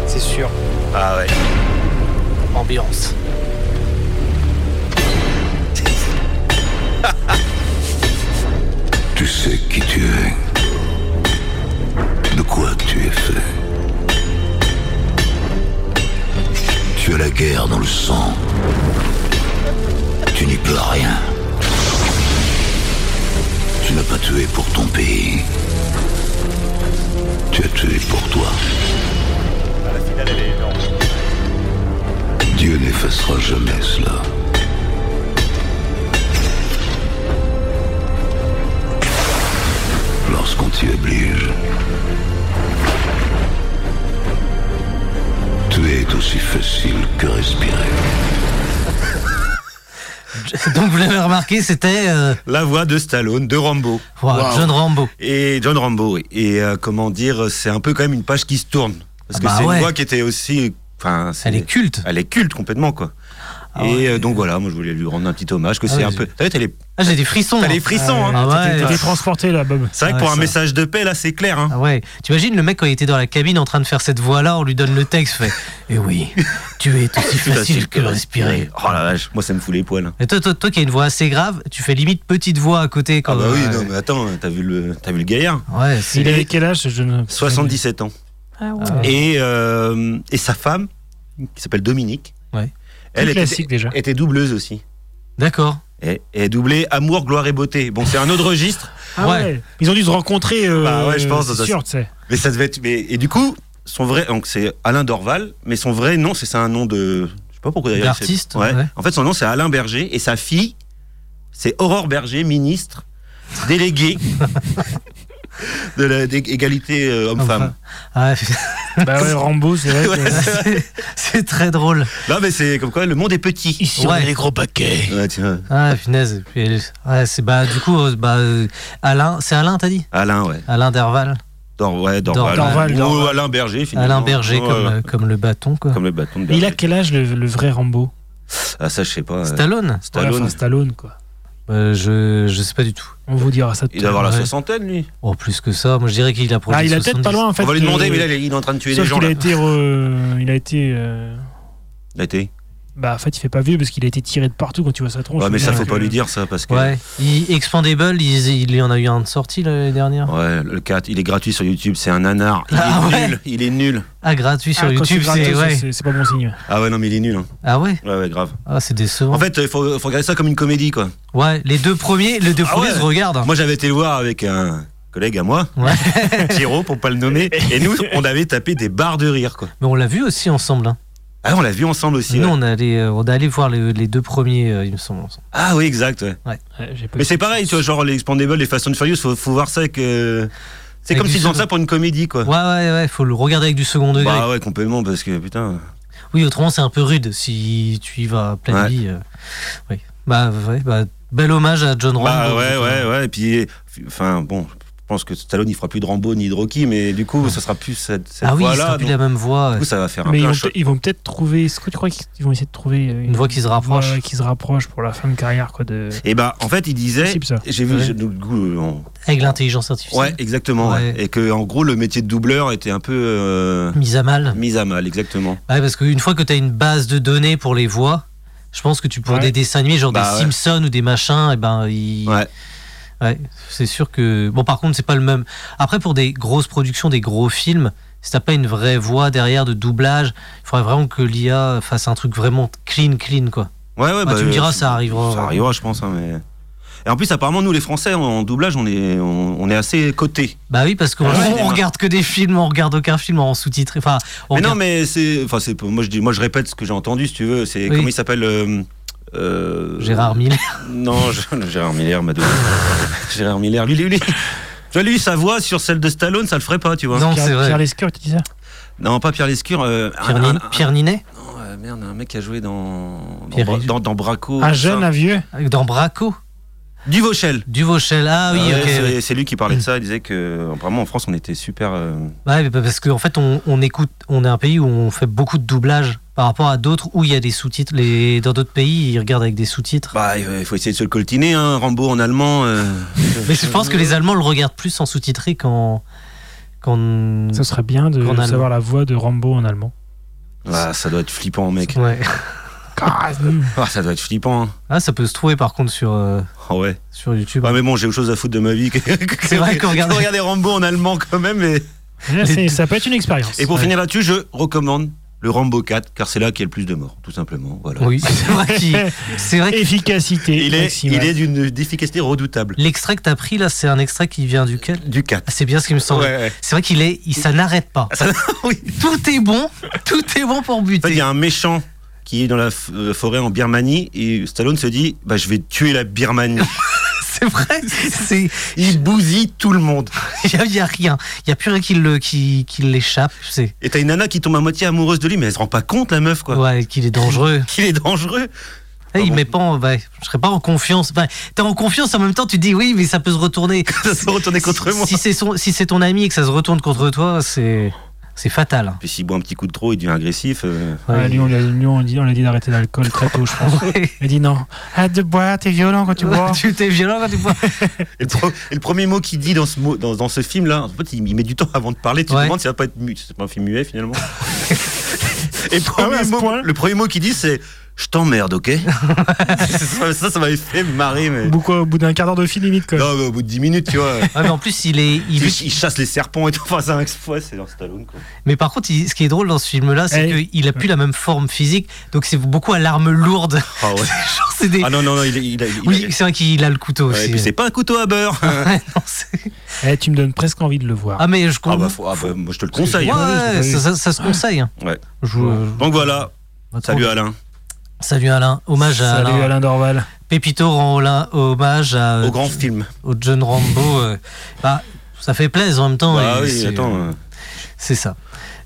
Speaker 1: C'est sûr,
Speaker 2: Ah ouais.
Speaker 1: ambiance.
Speaker 6: Tu sais qui tu es. De quoi tu es fait. Tu as la guerre dans le sang. Tu n'y peux rien. Tu n'as pas tué pour ton pays. Tu as tué pour toi. Dieu n'effacera jamais cela. lorsqu'on t'y oblige. Tuer est aussi facile que respirer.
Speaker 1: Donc vous l'avez remarqué, c'était euh,
Speaker 2: La voix de Stallone, de Rambo.
Speaker 1: wow,
Speaker 2: Wow.
Speaker 1: John Rambo.
Speaker 2: Et John Rambo, oui. Et euh, comment dire, c'est un peu quand même une page qui se tourne. Parce
Speaker 1: Ah
Speaker 2: que
Speaker 1: bah
Speaker 2: c'est
Speaker 1: ouais.
Speaker 2: une voix qui était aussi. Enfin, c'est-
Speaker 1: Elle est culte.
Speaker 2: elle est culte complètement, quoi.
Speaker 1: Ah
Speaker 2: et
Speaker 1: ouais.
Speaker 2: euh, donc voilà, moi je voulais lui rendre un petit hommage, que
Speaker 1: Ah
Speaker 2: c'est
Speaker 1: ouais,
Speaker 2: un
Speaker 1: j'ai-
Speaker 2: peu. T'as vu, t'as les-
Speaker 1: Ah j'ai des frissons.
Speaker 2: t'as les
Speaker 1: hein.
Speaker 2: frissons, hein.
Speaker 1: Ah ouais.
Speaker 3: T'étais transporté là, Bob.
Speaker 2: C'est vrai
Speaker 1: Ah
Speaker 2: que pour
Speaker 1: ouais,
Speaker 2: un
Speaker 1: ça.
Speaker 2: message de paix, là, c'est clair. Hein.
Speaker 1: Ah ouais, t'imagines le mec quand il était dans la cabine en train de faire cette voix-là, on lui donne le texte, fait « Eh oui, tu es aussi
Speaker 2: Plus
Speaker 1: facile que respirer
Speaker 2: Oh la vache, moi ça me fout les poils. hein. »
Speaker 1: Et toi, toi, toi qui as une voix assez grave, tu fais limite petite voix à côté.
Speaker 2: Ah
Speaker 1: Quand
Speaker 2: bah oui,
Speaker 1: ouais.
Speaker 2: non, mais attends, t'as vu le, t'as vu le gaillard
Speaker 1: Ouais, c'est-
Speaker 3: Il avait quel âge je ne...
Speaker 2: 77 ans.
Speaker 7: Ah ouais.
Speaker 1: Ah ouais.
Speaker 2: Et, euh, et sa femme, qui s'appelle Dominique,
Speaker 1: Ouais.
Speaker 2: elle
Speaker 3: Tout
Speaker 2: était,
Speaker 3: classique déjà.
Speaker 2: était doubleuse aussi.
Speaker 1: D'accord.
Speaker 2: Et, et doublée Amour, Gloire et Beauté. Bon, c'est un autre registre,
Speaker 3: Ah ouais. Ils ont dû se rencontrer. Euh,
Speaker 2: Bah ouais, je pense,
Speaker 3: c'est
Speaker 2: dans un-
Speaker 3: sûr, tu sais.
Speaker 2: mais ça devait être. mais- et du coup, son vrai. Donc, c'est Alain Dorval, mais son vrai nom, c'est c'est un nom de. Je sais pas pourquoi d'ailleurs. c'est-
Speaker 1: D'artiste,
Speaker 2: ouais.
Speaker 1: ouais.
Speaker 2: En fait, son nom, c'est Alain Berger, et sa fille, c'est Aurore Berger, ministre, déléguée de l'égalité euh, homme-femme.
Speaker 1: Ah, [laughs]
Speaker 3: Bah ouais, Rambo, c'est vrai.
Speaker 2: [laughs]
Speaker 3: que-
Speaker 1: c'est- c'est très drôle.
Speaker 2: Là, mais c'est comme quoi le monde est petit.
Speaker 1: Ici, on Ouais. est les
Speaker 2: gros paquets.
Speaker 1: Ah, punaise. Et puis elle- ouais, c'est bah du coup, euh, bah euh, Alain, c'est Alain, t'as dit
Speaker 2: Alain, ouais.
Speaker 1: Alain Derval,
Speaker 2: Dor ouais,
Speaker 1: Dorval.
Speaker 2: Dorval.
Speaker 3: Dorval,
Speaker 2: Ou
Speaker 3: Dorval.
Speaker 2: Alain Berger, finalement.
Speaker 1: Alain Berger
Speaker 2: Ouais,
Speaker 1: comme,
Speaker 2: ouais.
Speaker 1: euh, comme le bâton quoi.
Speaker 2: Comme le bâton de
Speaker 3: Mais
Speaker 2: Berger.
Speaker 3: il a quel âge le, le vrai Rambo
Speaker 2: Ah, ça, je sais pas. euh,
Speaker 1: Stallone,
Speaker 3: Stallone.
Speaker 2: Stallone.
Speaker 3: Stallone, quoi.
Speaker 1: Euh, je je sais pas du tout.
Speaker 3: On vous dira ça tout
Speaker 2: Il doit avoir
Speaker 3: à
Speaker 2: la
Speaker 1: Ouais.
Speaker 2: soixantaine, lui.
Speaker 1: Oh plus que ça, moi je dirais qu'il a
Speaker 3: l'heure.
Speaker 1: produit.
Speaker 3: Ah, il a peut-être pas
Speaker 1: 70.
Speaker 3: loin, en fait.
Speaker 2: On va lui
Speaker 3: de-
Speaker 2: demander,
Speaker 1: euh,
Speaker 2: mais là, il est- il est en train de tuer les
Speaker 3: Sauf
Speaker 2: gens.
Speaker 3: qu'il a
Speaker 2: Là.
Speaker 3: été. re- Il a été. euh,
Speaker 2: Il a été.
Speaker 3: Bah, en fait, il fait pas vieux parce qu'il a été tiré de partout quand tu vois sa
Speaker 1: Oh,
Speaker 3: tronche.
Speaker 2: Ouais, mais ça,
Speaker 3: Donc,
Speaker 2: faut pas
Speaker 3: euh,
Speaker 2: lui dire, ça, parce que.
Speaker 1: Ouais, il, Expandable, il, il y en a eu un de sortie l'année dernière.
Speaker 2: Ouais, le 4, il est gratuit sur YouTube, c'est un nanar. Il
Speaker 1: Ah,
Speaker 2: est
Speaker 1: ouais.
Speaker 2: nul, il est nul.
Speaker 1: Ah, gratuit sur
Speaker 3: ah, quand
Speaker 1: YouTube,
Speaker 3: c'est gratos,
Speaker 1: c'est. Ouais.
Speaker 3: c'est c'est pas bon signe.
Speaker 2: Ah ouais, non, mais il est nul. hein.
Speaker 1: Ah ouais
Speaker 2: Ouais, ouais, grave.
Speaker 1: Ah, c'est décevant.
Speaker 2: En fait, il faut, faut regarder ça comme une comédie, quoi.
Speaker 1: ouais, les deux premiers, les deux
Speaker 2: Ah
Speaker 1: premiers
Speaker 2: ouais.
Speaker 1: se regardent. hein.
Speaker 2: Moi, j'avais été le voir avec un collègue
Speaker 1: [laughs]
Speaker 2: à moi, [laughs]
Speaker 1: Ouais.
Speaker 2: Thiro, pour pas le nommer, et nous, on avait tapé des barres de rire, quoi.
Speaker 1: Mais on l'a vu aussi ensemble. Hein.
Speaker 2: Ah, on l'a vu ensemble aussi.
Speaker 1: Nous,
Speaker 2: ouais.
Speaker 1: on allait, euh, on allait voir les, les deux premiers, euh, il me semble. ensemble.
Speaker 2: Ah oui, exact, ouais.
Speaker 3: Ouais, j'ai pas
Speaker 2: Mais c'est pareil, tu vois, genre les Expandables, les Fast and Furious, faut, faut voir ça avec. euh, C'est
Speaker 1: Avec
Speaker 2: comme
Speaker 1: du
Speaker 2: s'ils faisaient
Speaker 1: second.
Speaker 2: ça pour une comédie, quoi.
Speaker 1: Ouais, ouais, ouais, faut le regarder avec du second degré.
Speaker 2: bah ouais, complètement, parce que putain.
Speaker 1: Oui, autrement, c'est un peu rude si tu y vas à pleine
Speaker 2: Ouais.
Speaker 1: vie. euh, Oui. Bah, ouais, bah, bel hommage à John Rambo.
Speaker 2: Bah ouais,
Speaker 1: putain.
Speaker 2: ouais, ouais. Et puis, enfin, bon, je pense que Stallone, il fera plus de Rambo ni de Rocky, mais du coup, ce sera plus cette, cette
Speaker 1: Ah oui, ce
Speaker 2: voix-là.
Speaker 1: sera plus
Speaker 2: donc,
Speaker 1: la même voix.
Speaker 2: Du coup, ça va faire un peu
Speaker 3: Mais ils
Speaker 2: un
Speaker 3: vont,
Speaker 2: choc.
Speaker 3: peut- ils vont peut-être trouver. Est-ce que tu crois qu'ils vont essayer de trouver euh,
Speaker 1: Une voix qui se rapproche.
Speaker 3: voix qui se rapproche pour la fin de carrière quoi de.
Speaker 2: Et bah, en fait, il disait.
Speaker 3: possible, ça.
Speaker 2: J'ai vu,
Speaker 1: Ouais.
Speaker 2: je- du coup, euh, on-
Speaker 1: Avec l'intelligence artificielle.
Speaker 2: ouais, exactement. ouais.
Speaker 1: Ouais.
Speaker 2: Et que, en gros, le métier de doubleur était un peu euh,
Speaker 1: Mise à mal.
Speaker 2: mis à mal, exactement.
Speaker 1: Ouais, parce qu'une fois que tu as une base de données pour les voix, je pense que tu pourras
Speaker 3: Ouais.
Speaker 1: des dessins animés, genre
Speaker 2: Bah
Speaker 1: des
Speaker 2: ouais.
Speaker 1: Simpsons ou des machins, et ben, ils-
Speaker 2: Ouais.
Speaker 1: Ouais, c'est sûr que. Bon, par contre, c'est pas le même. Après, pour des grosses productions, des gros films, si t'as pas une vraie voix derrière de doublage, il faudrait vraiment que l'IA fasse un truc vraiment clean, clean, quoi. Ah,
Speaker 2: Ouais, ouais, bah,
Speaker 1: tu me
Speaker 2: euh,
Speaker 1: diras, ça arrivera.
Speaker 2: Ça arrivera, je pense. hein, mais... Et en plus, apparemment, nous, les Français, en, en doublage, on est, on, on est assez cotés.
Speaker 1: Bah oui, parce qu'on
Speaker 2: Ah ouais.
Speaker 1: on regarde que des films, on regarde aucun film en sous-titré. Enfin, on
Speaker 2: Mais non,
Speaker 1: regarde-
Speaker 2: mais c'est. Enfin, c'est. Moi, je dis, moi, je répète ce que j'ai entendu, si tu veux. C'est
Speaker 1: Oui.
Speaker 2: comment il s'appelle. euh, euh,
Speaker 1: Gérard Miller.
Speaker 2: Non, [laughs] je- Gérard
Speaker 1: [laughs]
Speaker 2: Miller m'a donné. Gérard Miller, lui, lui, lui. Tu vois, lui, sa voix sur celle de Stallone, ça le ferait pas, tu vois. Non,
Speaker 1: Non,
Speaker 3: Pierre-
Speaker 1: c'est
Speaker 3: Pierre
Speaker 1: vrai.
Speaker 3: Lescure, tu dis ça
Speaker 2: pas Pierre Lescure. euh, un-
Speaker 1: Pierre,
Speaker 2: un-
Speaker 1: Nin-
Speaker 2: un-
Speaker 1: Pierre Ninet
Speaker 2: non, euh, merde, un mec qui a joué dans. Dans,
Speaker 1: Pierre-
Speaker 2: Bra- dans, dans Braco.
Speaker 3: Un
Speaker 2: tout
Speaker 3: jeune,
Speaker 2: ça.
Speaker 3: un vieux
Speaker 1: Dans Braco
Speaker 2: Duvauchel.
Speaker 1: Duvauchel. Ah oui,
Speaker 2: Ouais,
Speaker 1: ok.
Speaker 2: c'est
Speaker 1: ouais.
Speaker 2: c'est lui
Speaker 1: [clears throat]
Speaker 2: qui parlait de ça. Il disait que, vraiment, en France, on était super. euh,
Speaker 1: Ouais, mais parce qu'en fait, on, on écoute, on est un pays où on fait beaucoup de doublage par rapport à d'autres où il y a des sous-titres. Les, dans d'autres pays, ils regardent avec des sous-titres.
Speaker 2: Bah, il faut essayer de se le coltiner, hein, Rambo en allemand. euh.
Speaker 1: Mais je pense que les Allemands le regardent plus en sous-titré qu'en. qu'en-
Speaker 3: Ça serait bien de
Speaker 1: En allemand.
Speaker 3: savoir la voix de Rambo en allemand.
Speaker 2: Ah, ça doit être flippant, [laughs] mec.
Speaker 1: Ouais.
Speaker 2: Ah, ça doit être flippant. hein.
Speaker 1: Ah, ça peut se trouver par contre sur, euh,
Speaker 2: Ah ouais.
Speaker 1: sur YouTube.
Speaker 2: Ouais, mais bon, j'ai autre chose à foutre de ma vie [laughs] que, que-
Speaker 1: C'est vrai
Speaker 2: que-
Speaker 1: qu'on regarde-
Speaker 2: que regarder Rambo en allemand quand même. mais-
Speaker 3: Là, [laughs] c'est- ça peut être une expérience.
Speaker 2: Et pour
Speaker 1: Ouais.
Speaker 2: finir là-dessus, je recommande le Rambo 4, car c'est là qu'il y a le plus de morts, tout simplement. Voilà.
Speaker 1: Oui, [laughs] c'est vrai qu'il-
Speaker 2: [laughs]
Speaker 1: c'est vrai que
Speaker 3: [laughs] Efficacité.
Speaker 2: Il est,
Speaker 3: maximale.
Speaker 2: il est d'une efficacité redoutable.
Speaker 1: l'extrait que t'as pris là, c'est un extrait qui vient duquel
Speaker 2: Du 4.
Speaker 1: Ah, C'est bien ce qui me semble.
Speaker 2: Ouais, ouais.
Speaker 1: C'est vrai qu'il est, il, ça n'arrête pas.
Speaker 2: [laughs] Oui.
Speaker 1: Tout est bon, tout est bon pour
Speaker 2: En fait, il
Speaker 1: buter.
Speaker 2: y a un méchant qui est dans la f- euh, forêt en Birmanie et Stallone se dit bah, Je vais tuer la Birmanie. [laughs]
Speaker 1: C'est vrai. C'est,
Speaker 2: Il bousille tout le monde.
Speaker 1: [laughs] Il n'y a, rien. Il n'y a plus rien qui le- qui- qui l'échappe. C'est
Speaker 2: Et t'as une nana qui tombe à moitié amoureuse de lui, mais elle se rend pas compte, la meuf, quoi.
Speaker 1: ouais, qu'il est dangereux.
Speaker 2: Qu'il est dangereux.
Speaker 1: Eh, il
Speaker 2: Ah bon.
Speaker 1: met pas. en- ouais, je serais pas en confiance. Enfin, T'es en confiance en même temps. Tu dis oui, mais ça peut se retourner.
Speaker 2: Ça se retourner [laughs] contre
Speaker 1: si,
Speaker 2: moi.
Speaker 1: si c'est son, si c'est ton ami et que ça se retourne contre toi, c'est c'est fatal. hein.
Speaker 2: Puis s'il boit un petit coup de trop, il devient agressif. euh.
Speaker 3: Ah,
Speaker 1: Ouais.
Speaker 3: lui, on lui a lui, on dit, on lui a dit d'arrêter l'alcool très tôt, je
Speaker 2: [laughs]
Speaker 3: pense.
Speaker 1: Ouais.
Speaker 3: Il a dit non. Arrête de boire, t'es violent quand tu bois.
Speaker 1: [laughs] tu t'es violent quand tu bois.
Speaker 2: Et, le pro- et le premier mot qu'il dit dans ce, mot- dans, dans ce film-là, en fait, il, il met du temps avant de parler. Tu
Speaker 1: Ouais.
Speaker 2: te demandes si ça va pas être muet. C'est pas un film muet, [laughs] finalement. et le
Speaker 3: Ah ouais, à
Speaker 2: premier
Speaker 3: ce
Speaker 2: mot,
Speaker 3: point-là
Speaker 2: le premier mot qu'il dit, c'est Je t'emmerde, [laughs] ok Ça, ça, ça m'avait fait marrer, mais.
Speaker 3: Au bout, quoi, au bout d'un quart d'heure de film, limite, quoi.
Speaker 2: Non, mais au bout de 10 minutes, tu vois.
Speaker 1: Ouais, mais en plus, il est. il-
Speaker 2: [laughs] il, il chasse les serpents et tout. Enfin, c'est un exploit, c'est dans Stallone, quoi.
Speaker 1: Mais par contre, il- ce qui est drôle dans ce film-là, c'est
Speaker 3: Eh.
Speaker 1: qu'il a plus la même forme physique. Donc c'est beaucoup à l'arme lourde. [laughs]
Speaker 2: Ah ouais.
Speaker 1: Genre, c'est des.
Speaker 2: [laughs] Ah non, non, non, il, est- il a- il a-
Speaker 1: oui, c'est vrai qu'il a le couteau
Speaker 2: Ouais, et
Speaker 1: aussi.
Speaker 2: puis c'est euh. Ah, pas un couteau à beurre.
Speaker 1: [laughs] Ouais, non, c'est-
Speaker 3: Eh, tu me donnes presque envie de le voir.
Speaker 1: ah mais je
Speaker 2: Ah bah,
Speaker 1: comprends.
Speaker 2: faut- ah bah, moi je te le conseille.
Speaker 1: Ouais,
Speaker 2: hein.
Speaker 3: pas
Speaker 1: ouais,
Speaker 3: vu.
Speaker 1: ça, ça- ça se conseille. hein.
Speaker 2: Ouais.
Speaker 1: Je- je-
Speaker 2: Donc voilà, salut Alain.
Speaker 1: Salut Alain. Hommage à
Speaker 3: Salut
Speaker 1: Alain.
Speaker 3: Alain Dorval.
Speaker 1: Pépito rend Alain hommage à,
Speaker 2: Au grand film.
Speaker 1: au John Rambo. euh, bah, ça fait plaisir en même temps.
Speaker 2: Bah
Speaker 1: et
Speaker 2: oui,
Speaker 1: c'est-
Speaker 2: attends. euh,
Speaker 1: C'est ça.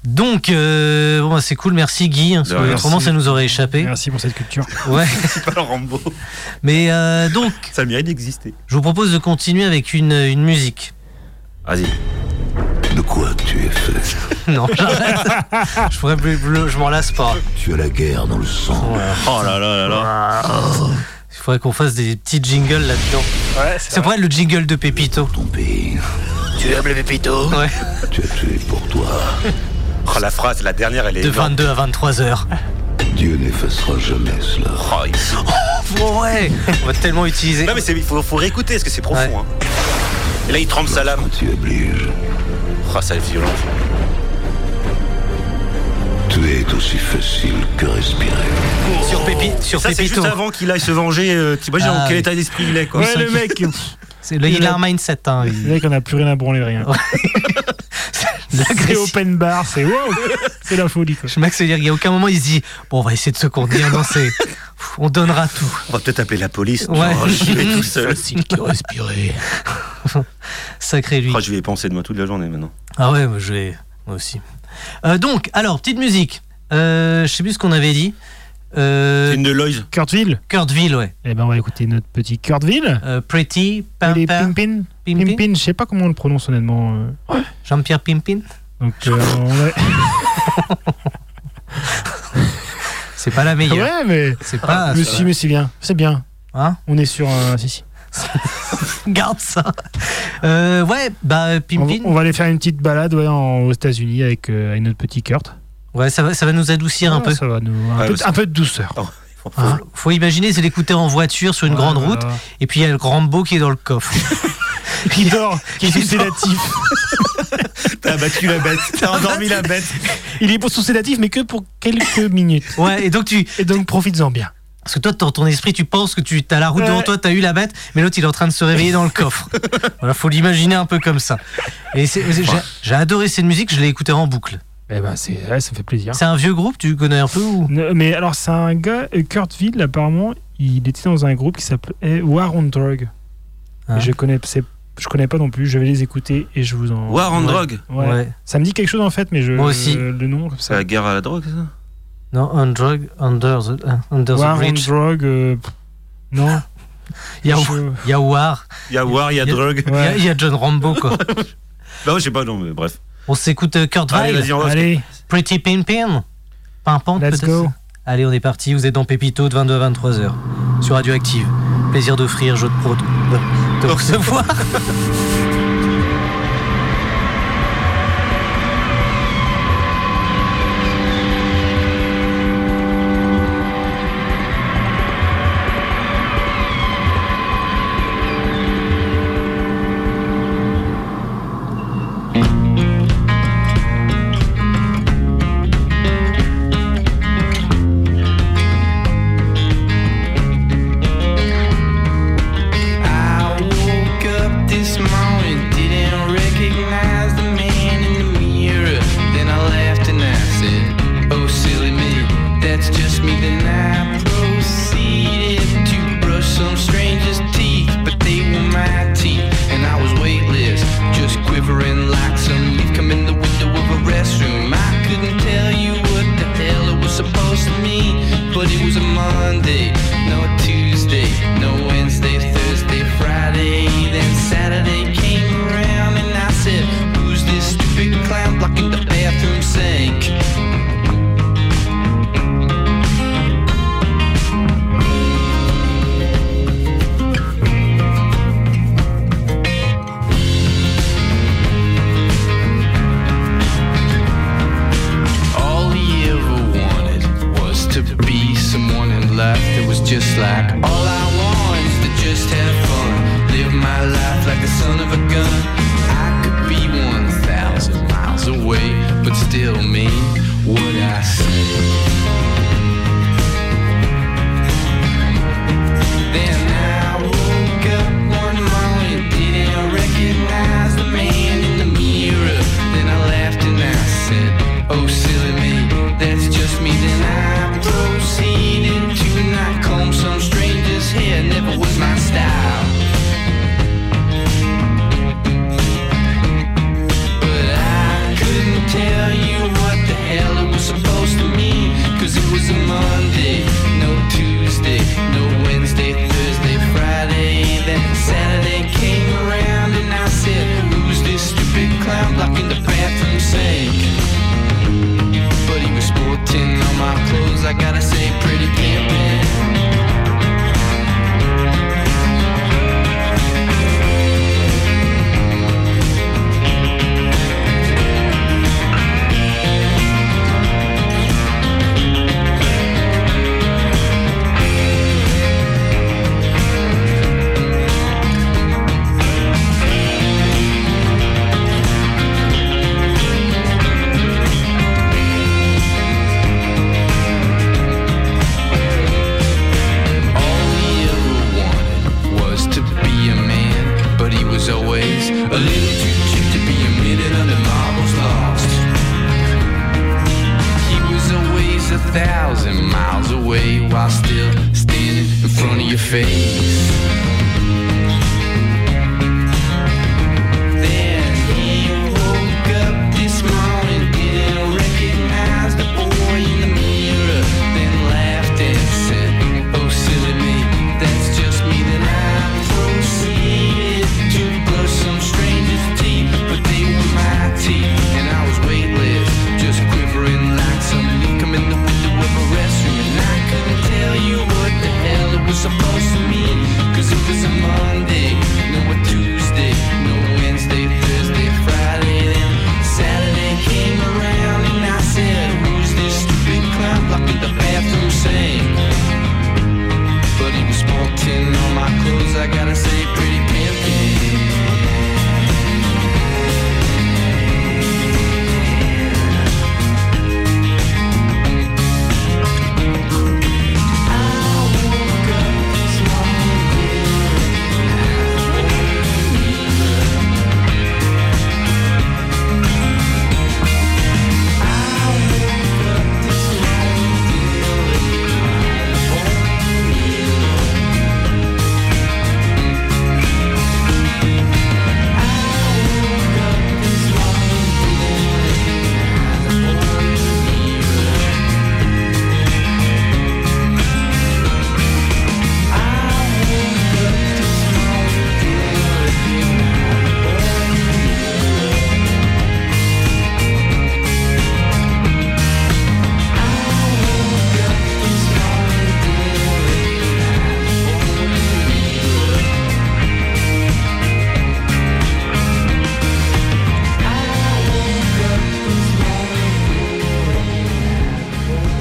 Speaker 1: Donc, euh, bon, bah, c'est cool, merci Guy, hein, parce
Speaker 2: De
Speaker 1: que
Speaker 2: rien.
Speaker 1: autrement ça nous aurait échappé.
Speaker 3: Merci pour cette culture.
Speaker 1: Ouais. [laughs]
Speaker 2: C'est pas le Rambo.
Speaker 1: Mais euh, donc,
Speaker 2: Ça mérite d'exister.
Speaker 1: je vous propose de continuer avec une, une musique. [laughs]
Speaker 2: Vas-y.
Speaker 6: De quoi tu es fait
Speaker 1: Non, j'arrête. je pourrais plus, plus- je m'en lasse pas.
Speaker 6: Tu as la guerre dans le sang.
Speaker 2: Oh là là là là.
Speaker 1: Il faudrait qu'on fasse des petits jingles là-dedans. ça pourrait être le jingle de Pépito.
Speaker 6: Ton pays,
Speaker 1: Ouais.
Speaker 6: tu as tué pour toi.
Speaker 2: Oh, la phrase, la dernière, elle est.
Speaker 1: De
Speaker 2: énorme.
Speaker 1: 22 à 23
Speaker 2: [laughs]
Speaker 1: heures.
Speaker 6: Dieu n'effacera jamais cela.
Speaker 2: Oh, il-
Speaker 1: Bon, ouais, on va tellement utiliser.
Speaker 2: Non mais c'est- il faut, faut réécouter parce que c'est profond.
Speaker 1: Ouais.
Speaker 2: hein. Et là, il trempe sa lame.
Speaker 6: Tu obliges.
Speaker 2: Oh, ça est violent.
Speaker 6: Tuer est aussi facile que respirer.
Speaker 1: Sur, Pépi, sur
Speaker 2: Ça, c'est
Speaker 1: Pépito.
Speaker 2: juste avant qu'il aille se venger. euh, T'imagines
Speaker 1: Ah,
Speaker 2: dans quel
Speaker 1: oui.
Speaker 2: état d'esprit il est, quoi.
Speaker 3: Ouais, le mec.
Speaker 1: C'est le- il a un mindset. Hein,
Speaker 2: [laughs]
Speaker 3: Le mec, on n'a plus rien à branler, rien. [laughs] C'est
Speaker 1: L'agressif.
Speaker 3: open bar, c'est wow. C'est la folie, quoi.
Speaker 1: Je Max, c'est-à-dire qu'il n'y a aucun moment il se dit Bon, on va essayer de se contenir. Non,
Speaker 2: [laughs]
Speaker 1: c'est. pff, On donnera tout.
Speaker 2: On va peut-être appeler la police.
Speaker 1: Ouais.
Speaker 2: Oh, je vais tout [laughs] seul.
Speaker 1: Sacré lui.
Speaker 2: Oh, je vais y penser de moi toute la journée maintenant.
Speaker 1: Ah ouais, moi, je vais. Moi aussi. Euh, donc, alors, petite musique. Euh, je sais plus ce qu'on avait dit. Euh,
Speaker 2: C'est une de Loïs.
Speaker 3: Kurtville
Speaker 1: Kurtville, ouais.
Speaker 3: Eh ben, on va écouter notre petit Kurtville.
Speaker 1: Euh, Pretty, Pamper.
Speaker 3: Les Pimpin.
Speaker 1: Pimpin,
Speaker 3: Pimpin, je sais pas comment on le prononce honnêtement. euh,
Speaker 1: Jean-Pierre Pimpin
Speaker 3: Donc, euh, [laughs] on est-
Speaker 1: C'est pas la
Speaker 2: Ah
Speaker 1: meilleure.
Speaker 3: ouais, mais.
Speaker 1: C'est pas.
Speaker 3: mais
Speaker 1: ça.
Speaker 3: si, mais c'est bien. C'est bien.
Speaker 1: Hein
Speaker 3: On est sur. euh, si, si.
Speaker 1: Garde ça. Euh, ouais, bah
Speaker 3: On,
Speaker 1: Pimpin.
Speaker 3: on va aller faire une petite balade ouais, en- aux États-Unis avec, euh, avec notre petit Kurt.
Speaker 1: Ouais, ça va, ça va nous adoucir un
Speaker 3: Ah,
Speaker 1: peu.
Speaker 3: Ça va nous. Un,
Speaker 2: Ouais,
Speaker 3: peu,
Speaker 2: parce-
Speaker 3: un peu de douceur.
Speaker 1: Faut, faut imaginer, c'est l'écouter en voiture sur une
Speaker 3: Hein Ouais,
Speaker 1: grande
Speaker 3: voilà.
Speaker 1: route, et puis il y a le grand beau qui est dans le coffre.
Speaker 3: [laughs] Qui dort, qui est sous
Speaker 1: Qui dort.
Speaker 3: sédatif.
Speaker 2: T'as battu la bête, [laughs] t'as endormi la bête.
Speaker 3: [laughs] Il est pour sous sédatif, mais que pour quelques minutes.
Speaker 1: Ouais, et donc tu.
Speaker 3: Et donc, profites-en bien.
Speaker 1: Parce que toi, dans ton esprit, tu penses que tu as la route
Speaker 3: Ouais.
Speaker 1: devant toi, t'as eu la bête, mais l'autre, il est en train de se réveiller dans le
Speaker 3: [laughs]
Speaker 1: coffre. voilà, faut l'imaginer un peu comme ça. Et c'est- c'est- j'ai- j'ai adoré cette musique, je l'ai écoutée en boucle.
Speaker 3: Eh ben, c'est, ouais, ça fait plaisir.
Speaker 1: C'est un vieux groupe, tu connais un peu ou
Speaker 3: Ne- Mais alors, c'est un gars, euh, Kurt Ville, apparemment, il était dans un groupe qui s'appelait eh, War on Drug.
Speaker 1: Ah.
Speaker 3: Je connais, c'est- je connais pas non plus, je vais les écouter et je vous en.
Speaker 2: War on
Speaker 1: Ouais.
Speaker 2: drogue.
Speaker 3: Ouais. Ça me dit quelque chose en fait, mais je.
Speaker 1: Moi aussi.
Speaker 3: euh, Le nom comme
Speaker 2: C'est
Speaker 3: ça.
Speaker 2: la guerre à la drogue, ça
Speaker 1: Non, on drug, under the, uh, under the
Speaker 3: War on
Speaker 1: bridge.
Speaker 3: Drug. euh, pff, non.
Speaker 1: [laughs] Il y a,
Speaker 3: Je-
Speaker 1: il y a War,
Speaker 2: Il y a War, il y a
Speaker 1: Y a-
Speaker 2: drogue.
Speaker 1: il y a-
Speaker 3: ouais.
Speaker 1: il y, a John Rambo,
Speaker 3: [laughs]
Speaker 1: quoi.
Speaker 2: Non, je sais pas, non, mais bref.
Speaker 1: On s'écoute euh, Kurt
Speaker 2: Allez,
Speaker 1: Weill,
Speaker 2: vas-y, on va.
Speaker 3: Allez,
Speaker 1: Pretty Pimpin, Pimpante
Speaker 3: let's
Speaker 1: peut-être.
Speaker 3: go.
Speaker 1: Allez, on est parti. Vous êtes dans Pépito de 22 à 23h sur Radioactive. Plaisir d'offrir, jeu de pro de, de recevoir.
Speaker 5: I woke up this morning, didn't recognize the man in the mirror. Then I laughed and I said, Oh, silly me, that's just me. Then I proceeded to brush some stranger's teeth, but they were my teeth, and I was weightless, just quivering like some leaf come in the window of a restroom. I couldn't tell you what the hell it was supposed to mean, but it was a Monday, no Tuesday, no Wednesday, Thursday, Friday, then Saturday came around and I said, Who's this stupid clown blocking the bathroom sink? All he ever wanted was to be someone in life that was just like all I want is to just have fun, live my life like the son of a gun. I could be one thousand miles away, but still mean what I say. Then I woke up one morning, didn't recognize the man in the mirror. Then I laughed and I said, Oh, silly me, that's just me. Then I proceeded to not comb some stranger's hair, never was my style. But I couldn't tell you what the hell it was supposed to mean.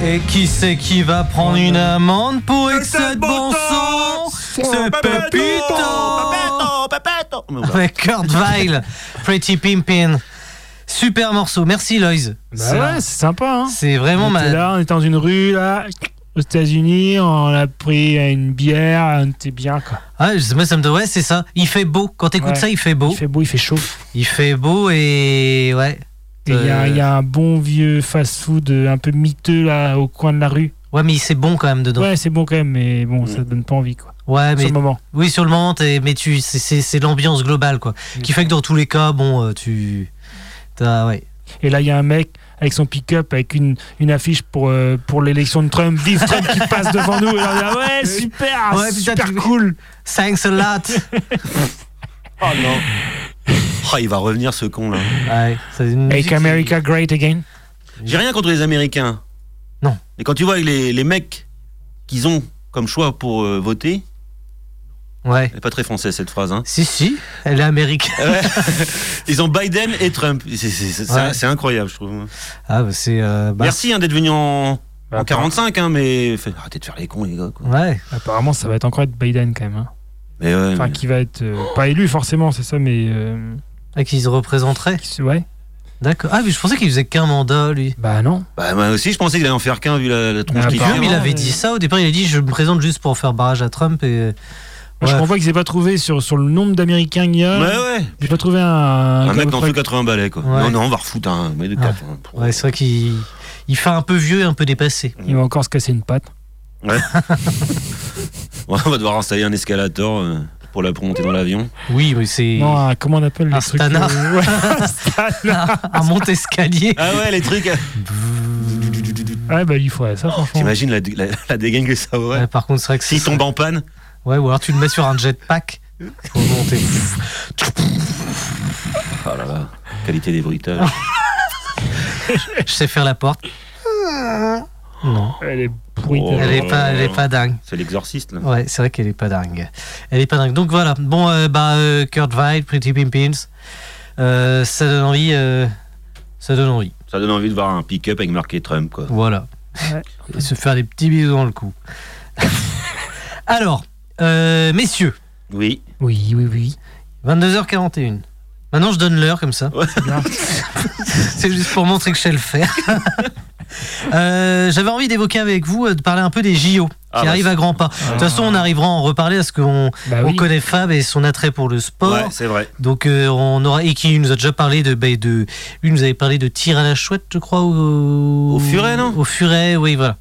Speaker 1: Et qui c'est qui va prendre une amende pour excès de bon sang C'est Oh, Pépito
Speaker 2: Papito, papito. Mais voilà.
Speaker 1: Avec Kurt Weill, Pretty Pimpin. Super morceau, merci Loïs.
Speaker 3: Bah ouais, c'est sympa. Hein.
Speaker 1: C'est vraiment
Speaker 3: on était
Speaker 1: ma...
Speaker 3: là, on était dans une rue là, aux États-Unis, on a pris une bière, on était bien quoi.
Speaker 1: Ouais, je- moi, ça me donne- ouais, c'est ça. Il fait beau. Quand t'écoutes
Speaker 3: Ouais.
Speaker 1: ça, il fait beau.
Speaker 3: Il fait beau, il fait chaud.
Speaker 1: Il fait beau et ouais.
Speaker 3: Et Il y, a-
Speaker 1: Euh.
Speaker 3: il y a un bon vieux fast-food euh, un peu miteux là au coin de la rue.
Speaker 1: Ouais, mais c'est bon quand même dedans. Ouais,
Speaker 3: Ouais, c'est bon quand même, mais bon, ça donne pas envie quoi. Sur
Speaker 1: Mm. Ah, mais
Speaker 3: le moment.
Speaker 1: oui, sur le moment, t'es- mais tu, c'est- c'est c'est l'ambiance globale quoi, qui fait que dans tous les cas, bon, euh, tu, t'as, ouais.
Speaker 3: Et là, il y a un mec avec son pick-up, avec une, une affiche pour, euh, pour l'élection de Trump. Vive Trump qui passe devant nous. Et là, on est là,
Speaker 1: [laughs]
Speaker 3: ouais, super,
Speaker 1: Ouais, putain,
Speaker 3: super
Speaker 1: tu-
Speaker 3: cool.
Speaker 1: Thanks a lot.
Speaker 2: Oh non. Oh, il va revenir ce con là.
Speaker 1: ouais, c'est une musique
Speaker 3: Make
Speaker 1: qui-
Speaker 3: America Great Again.
Speaker 2: J'ai rien contre les Américains.
Speaker 1: Non.
Speaker 2: Mais quand tu vois les, les mecs qu'ils ont comme choix pour euh, voter,
Speaker 1: Ouais.
Speaker 2: elle est pas très française cette phrase. Hein.
Speaker 1: Si si, elle est américaine.
Speaker 2: Ouais. [laughs] Ils ont Biden et Trump. C'est- c'est- C'est
Speaker 1: Ouais.
Speaker 2: c'est incroyable, je trouve.
Speaker 1: Ah bah, c'est. euh, bah,
Speaker 2: Merci hein, d'être venu en, en
Speaker 3: Bah,
Speaker 2: 45, hein, mais fait- arrêtez de faire les cons, les gars. Quoi.
Speaker 1: Ouais.
Speaker 3: Apparemment, ça va être encore être Biden quand même. hein.
Speaker 2: Mais ouais,
Speaker 3: Enfin,
Speaker 2: mais-
Speaker 3: qui va être euh, pas élu forcément, c'est ça, mais. euh,
Speaker 1: Ah, qu'ils représenteraient.
Speaker 3: qui se- ouais.
Speaker 1: D'accord. Ah mais je pensais qu'il faisait qu'un mandat lui.
Speaker 3: Bah non.
Speaker 2: bah, moi aussi, je pensais qu'il allait en faire qu'un vu la, la tronche
Speaker 3: Ah,
Speaker 2: qu'il
Speaker 1: Puis même,
Speaker 2: fait. hein.
Speaker 1: il
Speaker 3: Apparemment,
Speaker 1: avait
Speaker 3: euh,
Speaker 1: dit ça au départ. Il a dit je me présente juste pour faire barrage à Trump et. euh,
Speaker 3: Moi, Je
Speaker 1: Ouais.
Speaker 3: comprends pas qu'ils aient pas trouvé sur, sur le nombre d'Américains qu'il y a.
Speaker 2: Ouais, ouais.
Speaker 3: J'ai pas trouvé un. Un,
Speaker 2: Un mec
Speaker 3: gars
Speaker 2: dans
Speaker 3: à peu
Speaker 2: tous
Speaker 3: près-
Speaker 2: 80 balais, quoi.
Speaker 1: Ouais.
Speaker 2: Non, non, on va refoutre un mec de
Speaker 1: Ah.
Speaker 2: 80.
Speaker 1: Ouais, c'est vrai qu'il il fait un peu vieux et un peu dépassé.
Speaker 3: Il va encore se casser une patte.
Speaker 2: Ouais, on va devoir installer un escalator euh, pour la pour monter dans l'avion.
Speaker 1: Oui, mais c'est
Speaker 3: Non, un- comment on appelle les
Speaker 1: Un
Speaker 3: trucs
Speaker 1: stana.
Speaker 3: euh, ouais, [laughs] un stana.
Speaker 1: [laughs] un monte-escalier.
Speaker 2: Ah ouais, les trucs. euh,
Speaker 3: Ouais, bah il faudrait ça, franchement.
Speaker 2: T'imagines la, la, la dégaine que ça aurait.
Speaker 1: Ouais, par contre, c'est vrai que
Speaker 2: S'il
Speaker 1: c'est-
Speaker 2: tombe en panne,
Speaker 1: Ouais, ou alors tu le mets sur un jetpack pour le monter.
Speaker 2: oh là là, qualité des bruitages.
Speaker 1: Je sais faire la porte. Non,
Speaker 3: Elle est pourrie.
Speaker 2: Oh.
Speaker 1: elle est pas, elle est pas dingue.
Speaker 2: C'est l'exorciste là.
Speaker 1: Ouais, c'est vrai qu'elle est pas dingue. Elle est pas dingue. Donc voilà. Bon, euh, bah euh, Kurt Weill, Pretty Pimpins, euh, ça donne envie. euh, ça donne envie.
Speaker 2: Ça donne envie de voir un pick-up avec marqué Trump quoi.
Speaker 1: Voilà.
Speaker 3: Ouais.
Speaker 1: Et se faire des petits bisous dans le cou. [laughs] alors, euh, messieurs.
Speaker 2: Oui.
Speaker 3: Oui, oui, oui.
Speaker 1: 22h41. Maintenant, je donne l'heure comme ça.
Speaker 2: Ouais.
Speaker 1: C'est bien. [laughs] C'est juste pour montrer que je sais le faire. [laughs] Euh, J'avais envie d'évoquer avec vous, euh, de parler un peu des JO
Speaker 2: Ah,
Speaker 1: qui
Speaker 2: bah,
Speaker 1: arrivent à grands pas. De toute façon, on arrivera à en reparler parce qu'on
Speaker 3: Bah
Speaker 1: on
Speaker 3: oui.
Speaker 1: connaît Fab et son attrait pour le sport.
Speaker 2: Ouais, c'est vrai.
Speaker 1: Donc, euh, on aura et qui nous a déjà parlé de, bah, de lui nous avait parlé de tir à la chouette, je crois, au,
Speaker 2: Au furet, non
Speaker 1: Au furet, oui, voilà.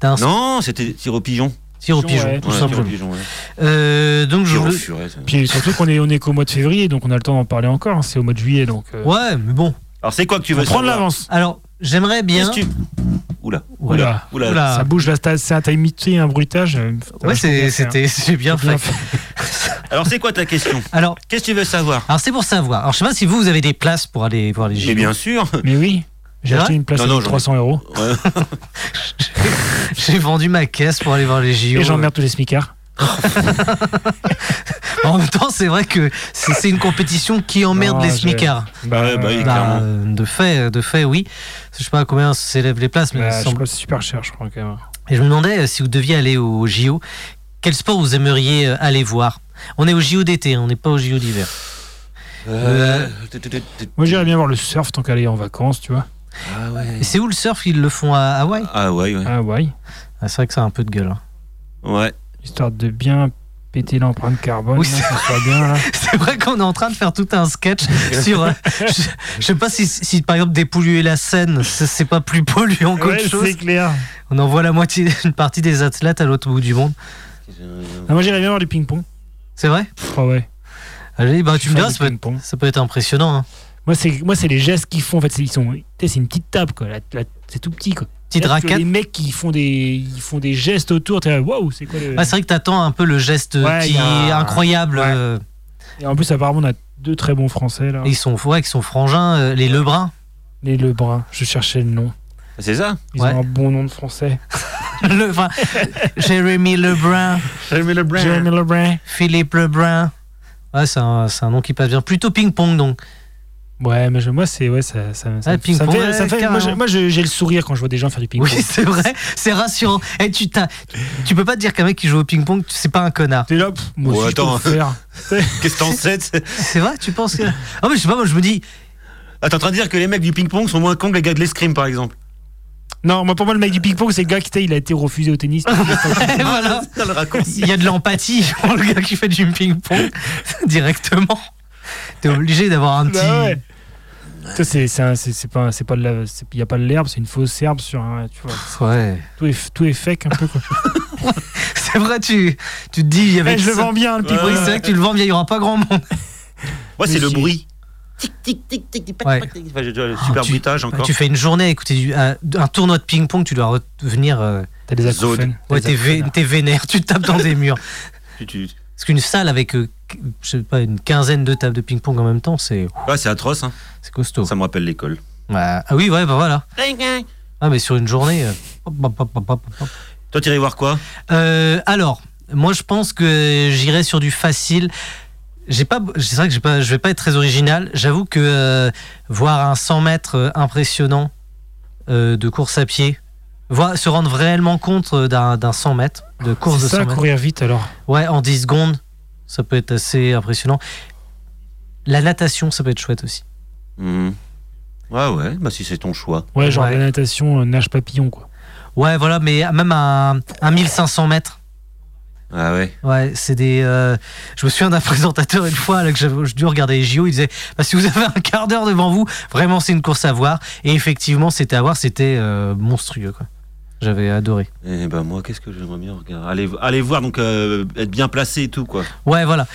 Speaker 1: D'un
Speaker 2: Non, c'était tir au pigeon.
Speaker 1: tir au pigeon,
Speaker 3: Ouais,
Speaker 1: tout
Speaker 2: Ouais,
Speaker 1: simplement.
Speaker 2: Tir au pigeon, ouais.
Speaker 1: Euh, donc, je
Speaker 2: Tir au
Speaker 1: voulais-
Speaker 2: furet. ça.
Speaker 3: Puis surtout qu'on est, on est qu'au mois de février, donc on a le temps d'en parler encore. hein, C'est au mois de juillet, donc. euh,
Speaker 1: ouais, mais bon.
Speaker 2: Alors c'est quoi que tu
Speaker 3: faut
Speaker 2: veux
Speaker 3: prendre
Speaker 2: savoir
Speaker 3: l'avance.
Speaker 1: Alors, j'aimerais bien.
Speaker 2: Qu'est-ce que tu- Oula.
Speaker 3: Oula.
Speaker 2: Oula.
Speaker 1: Oula.
Speaker 3: Ça bouge, là, c'est- c'est un t'as imité un bruitage. euh, putain,
Speaker 1: Ah. Ouais,
Speaker 3: je trouve
Speaker 1: c'est-
Speaker 3: bien,
Speaker 1: c'était, [laughs] j'ai bien
Speaker 3: Bien
Speaker 1: fait.
Speaker 2: Alors c'est quoi ta question
Speaker 1: Alors,
Speaker 2: Qu'est-ce que tu veux savoir
Speaker 1: alors c'est pour savoir. Alors, je sais pas si vous, vous avez des places pour aller voir les
Speaker 2: Mais
Speaker 1: JO.
Speaker 2: Eh bien sûr.
Speaker 3: hein. Mais oui,
Speaker 1: C'est
Speaker 3: j'ai acheté
Speaker 1: vrai
Speaker 3: une place
Speaker 2: Non,
Speaker 3: à
Speaker 2: non,
Speaker 3: 300 euros
Speaker 2: Ouais.
Speaker 1: [laughs] J'ai vendu ma caisse pour aller voir les JO.
Speaker 3: et j'emmerde tous les smicards.
Speaker 1: En même temps, c'est vrai que c'est, c'est une compétition qui emmerde
Speaker 3: Non,
Speaker 1: les
Speaker 3: j'ai-
Speaker 1: smicards.
Speaker 2: Bah ouais, bah oui,
Speaker 1: Bah,
Speaker 2: clairement.
Speaker 1: euh, de fait, de fait, oui. Je sais pas à combien s'élèvent les places, mais
Speaker 3: Bah,
Speaker 1: il
Speaker 3: je
Speaker 1: semble-
Speaker 3: crois que c'est super cher, je crois quand même.
Speaker 1: Et je me demandais euh, si vous deviez aller au JO, quel sport vous aimeriez euh, aller voir On est au JO d'été, hein, on n'est pas au JO d'hiver.
Speaker 2: Euh,
Speaker 3: Moi, j'irais bien voir le surf tant qu'à aller en vacances, tu vois.
Speaker 2: Ah ouais.
Speaker 1: Et c'est où le surf Ils le font à Hawaï
Speaker 2: Ah ouais, ouais.
Speaker 3: Ah ouais,
Speaker 1: Ah, C'est vrai que ça a un peu de gueule. hein.
Speaker 2: Ouais.
Speaker 3: histoire de bien péter l'empreinte carbone,
Speaker 1: Oui,
Speaker 3: là,
Speaker 1: c'est
Speaker 3: que ce
Speaker 1: [laughs]
Speaker 3: soit bien là.
Speaker 1: C'est vrai qu'on est en train de faire tout un
Speaker 3: [laughs]
Speaker 1: sketch sur. euh, je, je sais pas si, si, par exemple dépolluer la Seine, c'est c'est pas plus polluant qu'autre
Speaker 3: Ouais,
Speaker 1: chose.
Speaker 3: c'est clair.
Speaker 1: On envoie la moitié, une partie des athlètes à l'autre bout du monde.
Speaker 3: Ah, moi, j'irais bien voir du ping-pong.
Speaker 1: C'est vrai
Speaker 3: Ah ouais.
Speaker 1: Allez, bah,
Speaker 3: Je
Speaker 1: tu
Speaker 3: suis
Speaker 1: me
Speaker 3: fan
Speaker 1: diras,
Speaker 3: du
Speaker 1: ça peut, être-
Speaker 3: ping-pong.
Speaker 1: ça peut être impressionnant. hein.
Speaker 3: Moi, c'est moi, c'est les gestes qu'ils font. En fait, c'est- ils sont. tu sais, C'est une petite table, quoi. La- la- C'est tout petit, quoi.
Speaker 1: Petite
Speaker 3: C'est-à-dire que
Speaker 1: raquette.
Speaker 3: Les mecs qui font des, ils font des gestes autour. T'es là, waouh, c'est quoi le.
Speaker 1: Ah, c'est vrai que t'attends un peu le geste euh,
Speaker 3: Ouais,
Speaker 1: qui
Speaker 3: y a-
Speaker 1: est incroyable.
Speaker 3: Ouais.
Speaker 1: euh,
Speaker 3: Et en plus, apparemment, on a deux très bons Français là.
Speaker 1: et ils sont ouais, avec son frangin, euh, les Lebrun. [laughs]
Speaker 3: Les Lebrun. Je cherchais le nom.
Speaker 2: C'est ça
Speaker 3: Ils
Speaker 1: Ouais.
Speaker 3: ont un bon nom de Français.
Speaker 1: Le, enfin, Jérémy Lebrun,
Speaker 2: Jeremy
Speaker 3: Jeremy Lebrun.
Speaker 1: Philippe Lebrun. Ouais, c'est un, c'est un nom qui passe bien. Plutôt ping-pong donc.
Speaker 3: Ouais, mais je- moi, c'est. Ouais, ça, ça, ça-
Speaker 1: Ah,
Speaker 3: ça
Speaker 1: ping-pong,
Speaker 3: me fait-
Speaker 1: ouais,
Speaker 3: ça me fait- moi,
Speaker 1: carrément.
Speaker 3: j'ai- moi, je- j'ai le sourire quand je vois des gens faire du ping-pong.
Speaker 1: Oui, c'est vrai, c'est rassurant. Et tu, t'as- tu peux pas te dire qu'un mec qui joue au ping-pong, c'est pas un connard.
Speaker 3: T'es là, pff, moi
Speaker 2: Ouais,
Speaker 3: aussi, je peux
Speaker 2: attends.
Speaker 3: le faire.
Speaker 2: Qu'est-ce que t'en sais t'sais
Speaker 1: C'est vrai, tu penses que. Ah, mais je sais pas, moi je me dis,
Speaker 2: Ah, T'es en train de dire que les mecs du ping-pong sont moins cons que les gars de l'escrime, par exemple.
Speaker 3: Non, moi, pour moi, le mec du ping-pong, c'est le gars qui t'as- il a été refusé
Speaker 1: [laughs]
Speaker 3: au tennis.
Speaker 1: eh, voilà,
Speaker 2: Ah, Ça le raccourci.
Speaker 1: il y a de l'empathie [laughs] pour le gars qui fait du ping-pong [laughs] directement. T'es obligé d'avoir un petit.
Speaker 3: Bah ouais. Ça, c'est c'est un- c'est- c'est pas un- c'est pas de la- c'est- y a pas de l'herbe, c'est une fausse herbe sur un. Tu vois,
Speaker 1: Ouais.
Speaker 3: tout, est, tout est fake un peu. Quoi.
Speaker 1: C'est vrai, tu, tu te dis,
Speaker 3: Eh,
Speaker 1: avec
Speaker 3: je le
Speaker 1: ça-
Speaker 3: vends bien, le ping-pong.
Speaker 1: Oui, c'est vrai que tu le vends bien, il y aura pas grand monde.
Speaker 2: Ouais, c'est
Speaker 3: Mais
Speaker 2: le
Speaker 3: si.
Speaker 2: bruit. Ah, Tic, tic, tic, tic, tic, pac,
Speaker 1: Ouais.
Speaker 2: pac, tic. Enfin, j'ai déjà le super
Speaker 1: Oh, tu-
Speaker 2: bruitage encore.
Speaker 1: Tu fais une journée à écouter du- un, un tournoi de ping-pong, tu dois revenir. euh,
Speaker 3: T'as des
Speaker 2: Zone.
Speaker 3: acouphènes. t'as
Speaker 1: ouais,
Speaker 3: des
Speaker 1: t'es vé-
Speaker 3: acouphènes.
Speaker 1: t'es vénère, tu tapes dans des murs.
Speaker 2: Tu- tu-
Speaker 1: Parce qu'une salle avec, euh, qu- je sais pas, une quinzaine de tables de ping-pong en même temps, c'est
Speaker 2: Ouais, c'est atroce, hein.
Speaker 1: c'est costaud.
Speaker 2: ça me rappelle l'école.
Speaker 1: Ouais. Ah oui, ouais, bah voilà. Ah, mais sur une journée. euh, hop, hop, hop, hop, hop, hop.
Speaker 2: Toi, t'irais voir quoi
Speaker 1: Euh, alors, moi, je pense que j'irai sur du facile. J'ai pas, c'est vrai que j'ai pas, je vais pas être très original. J'avoue que euh, voir un 100 mètres euh, impressionnant euh, de course à pied, voir, se rendre réellement compte euh, d'un d'un 100 mètres de course
Speaker 3: C'est
Speaker 1: de 100
Speaker 3: ça,
Speaker 1: mètres.
Speaker 3: courir vite alors.
Speaker 1: Ouais, en 10 secondes, ça peut être assez impressionnant. La natation, ça peut être chouette aussi.
Speaker 2: Mhm. Ouais, ouais, bah si c'est ton choix.
Speaker 3: Ouais, genre
Speaker 1: Ouais.
Speaker 3: la natation, euh, nage papillon, quoi.
Speaker 1: Ouais, voilà, mais même un, un 1500 mètres.
Speaker 2: Ah ouais.
Speaker 1: Ouais, c'est des. euh, je me souviens d'un [laughs] présentateur une fois là, que j'avais je dû regarder les JO. Il disait bah, si vous avez un quart d'heure devant vous, vraiment c'est une course à voir. Et effectivement, c'était à voir, c'était euh, monstrueux quoi. J'avais adoré.
Speaker 2: Eh ben moi, qu'est-ce que j'aimerais bien regarder Allez, allez voir, donc euh, être bien placé et tout, quoi.
Speaker 1: Ouais, voilà.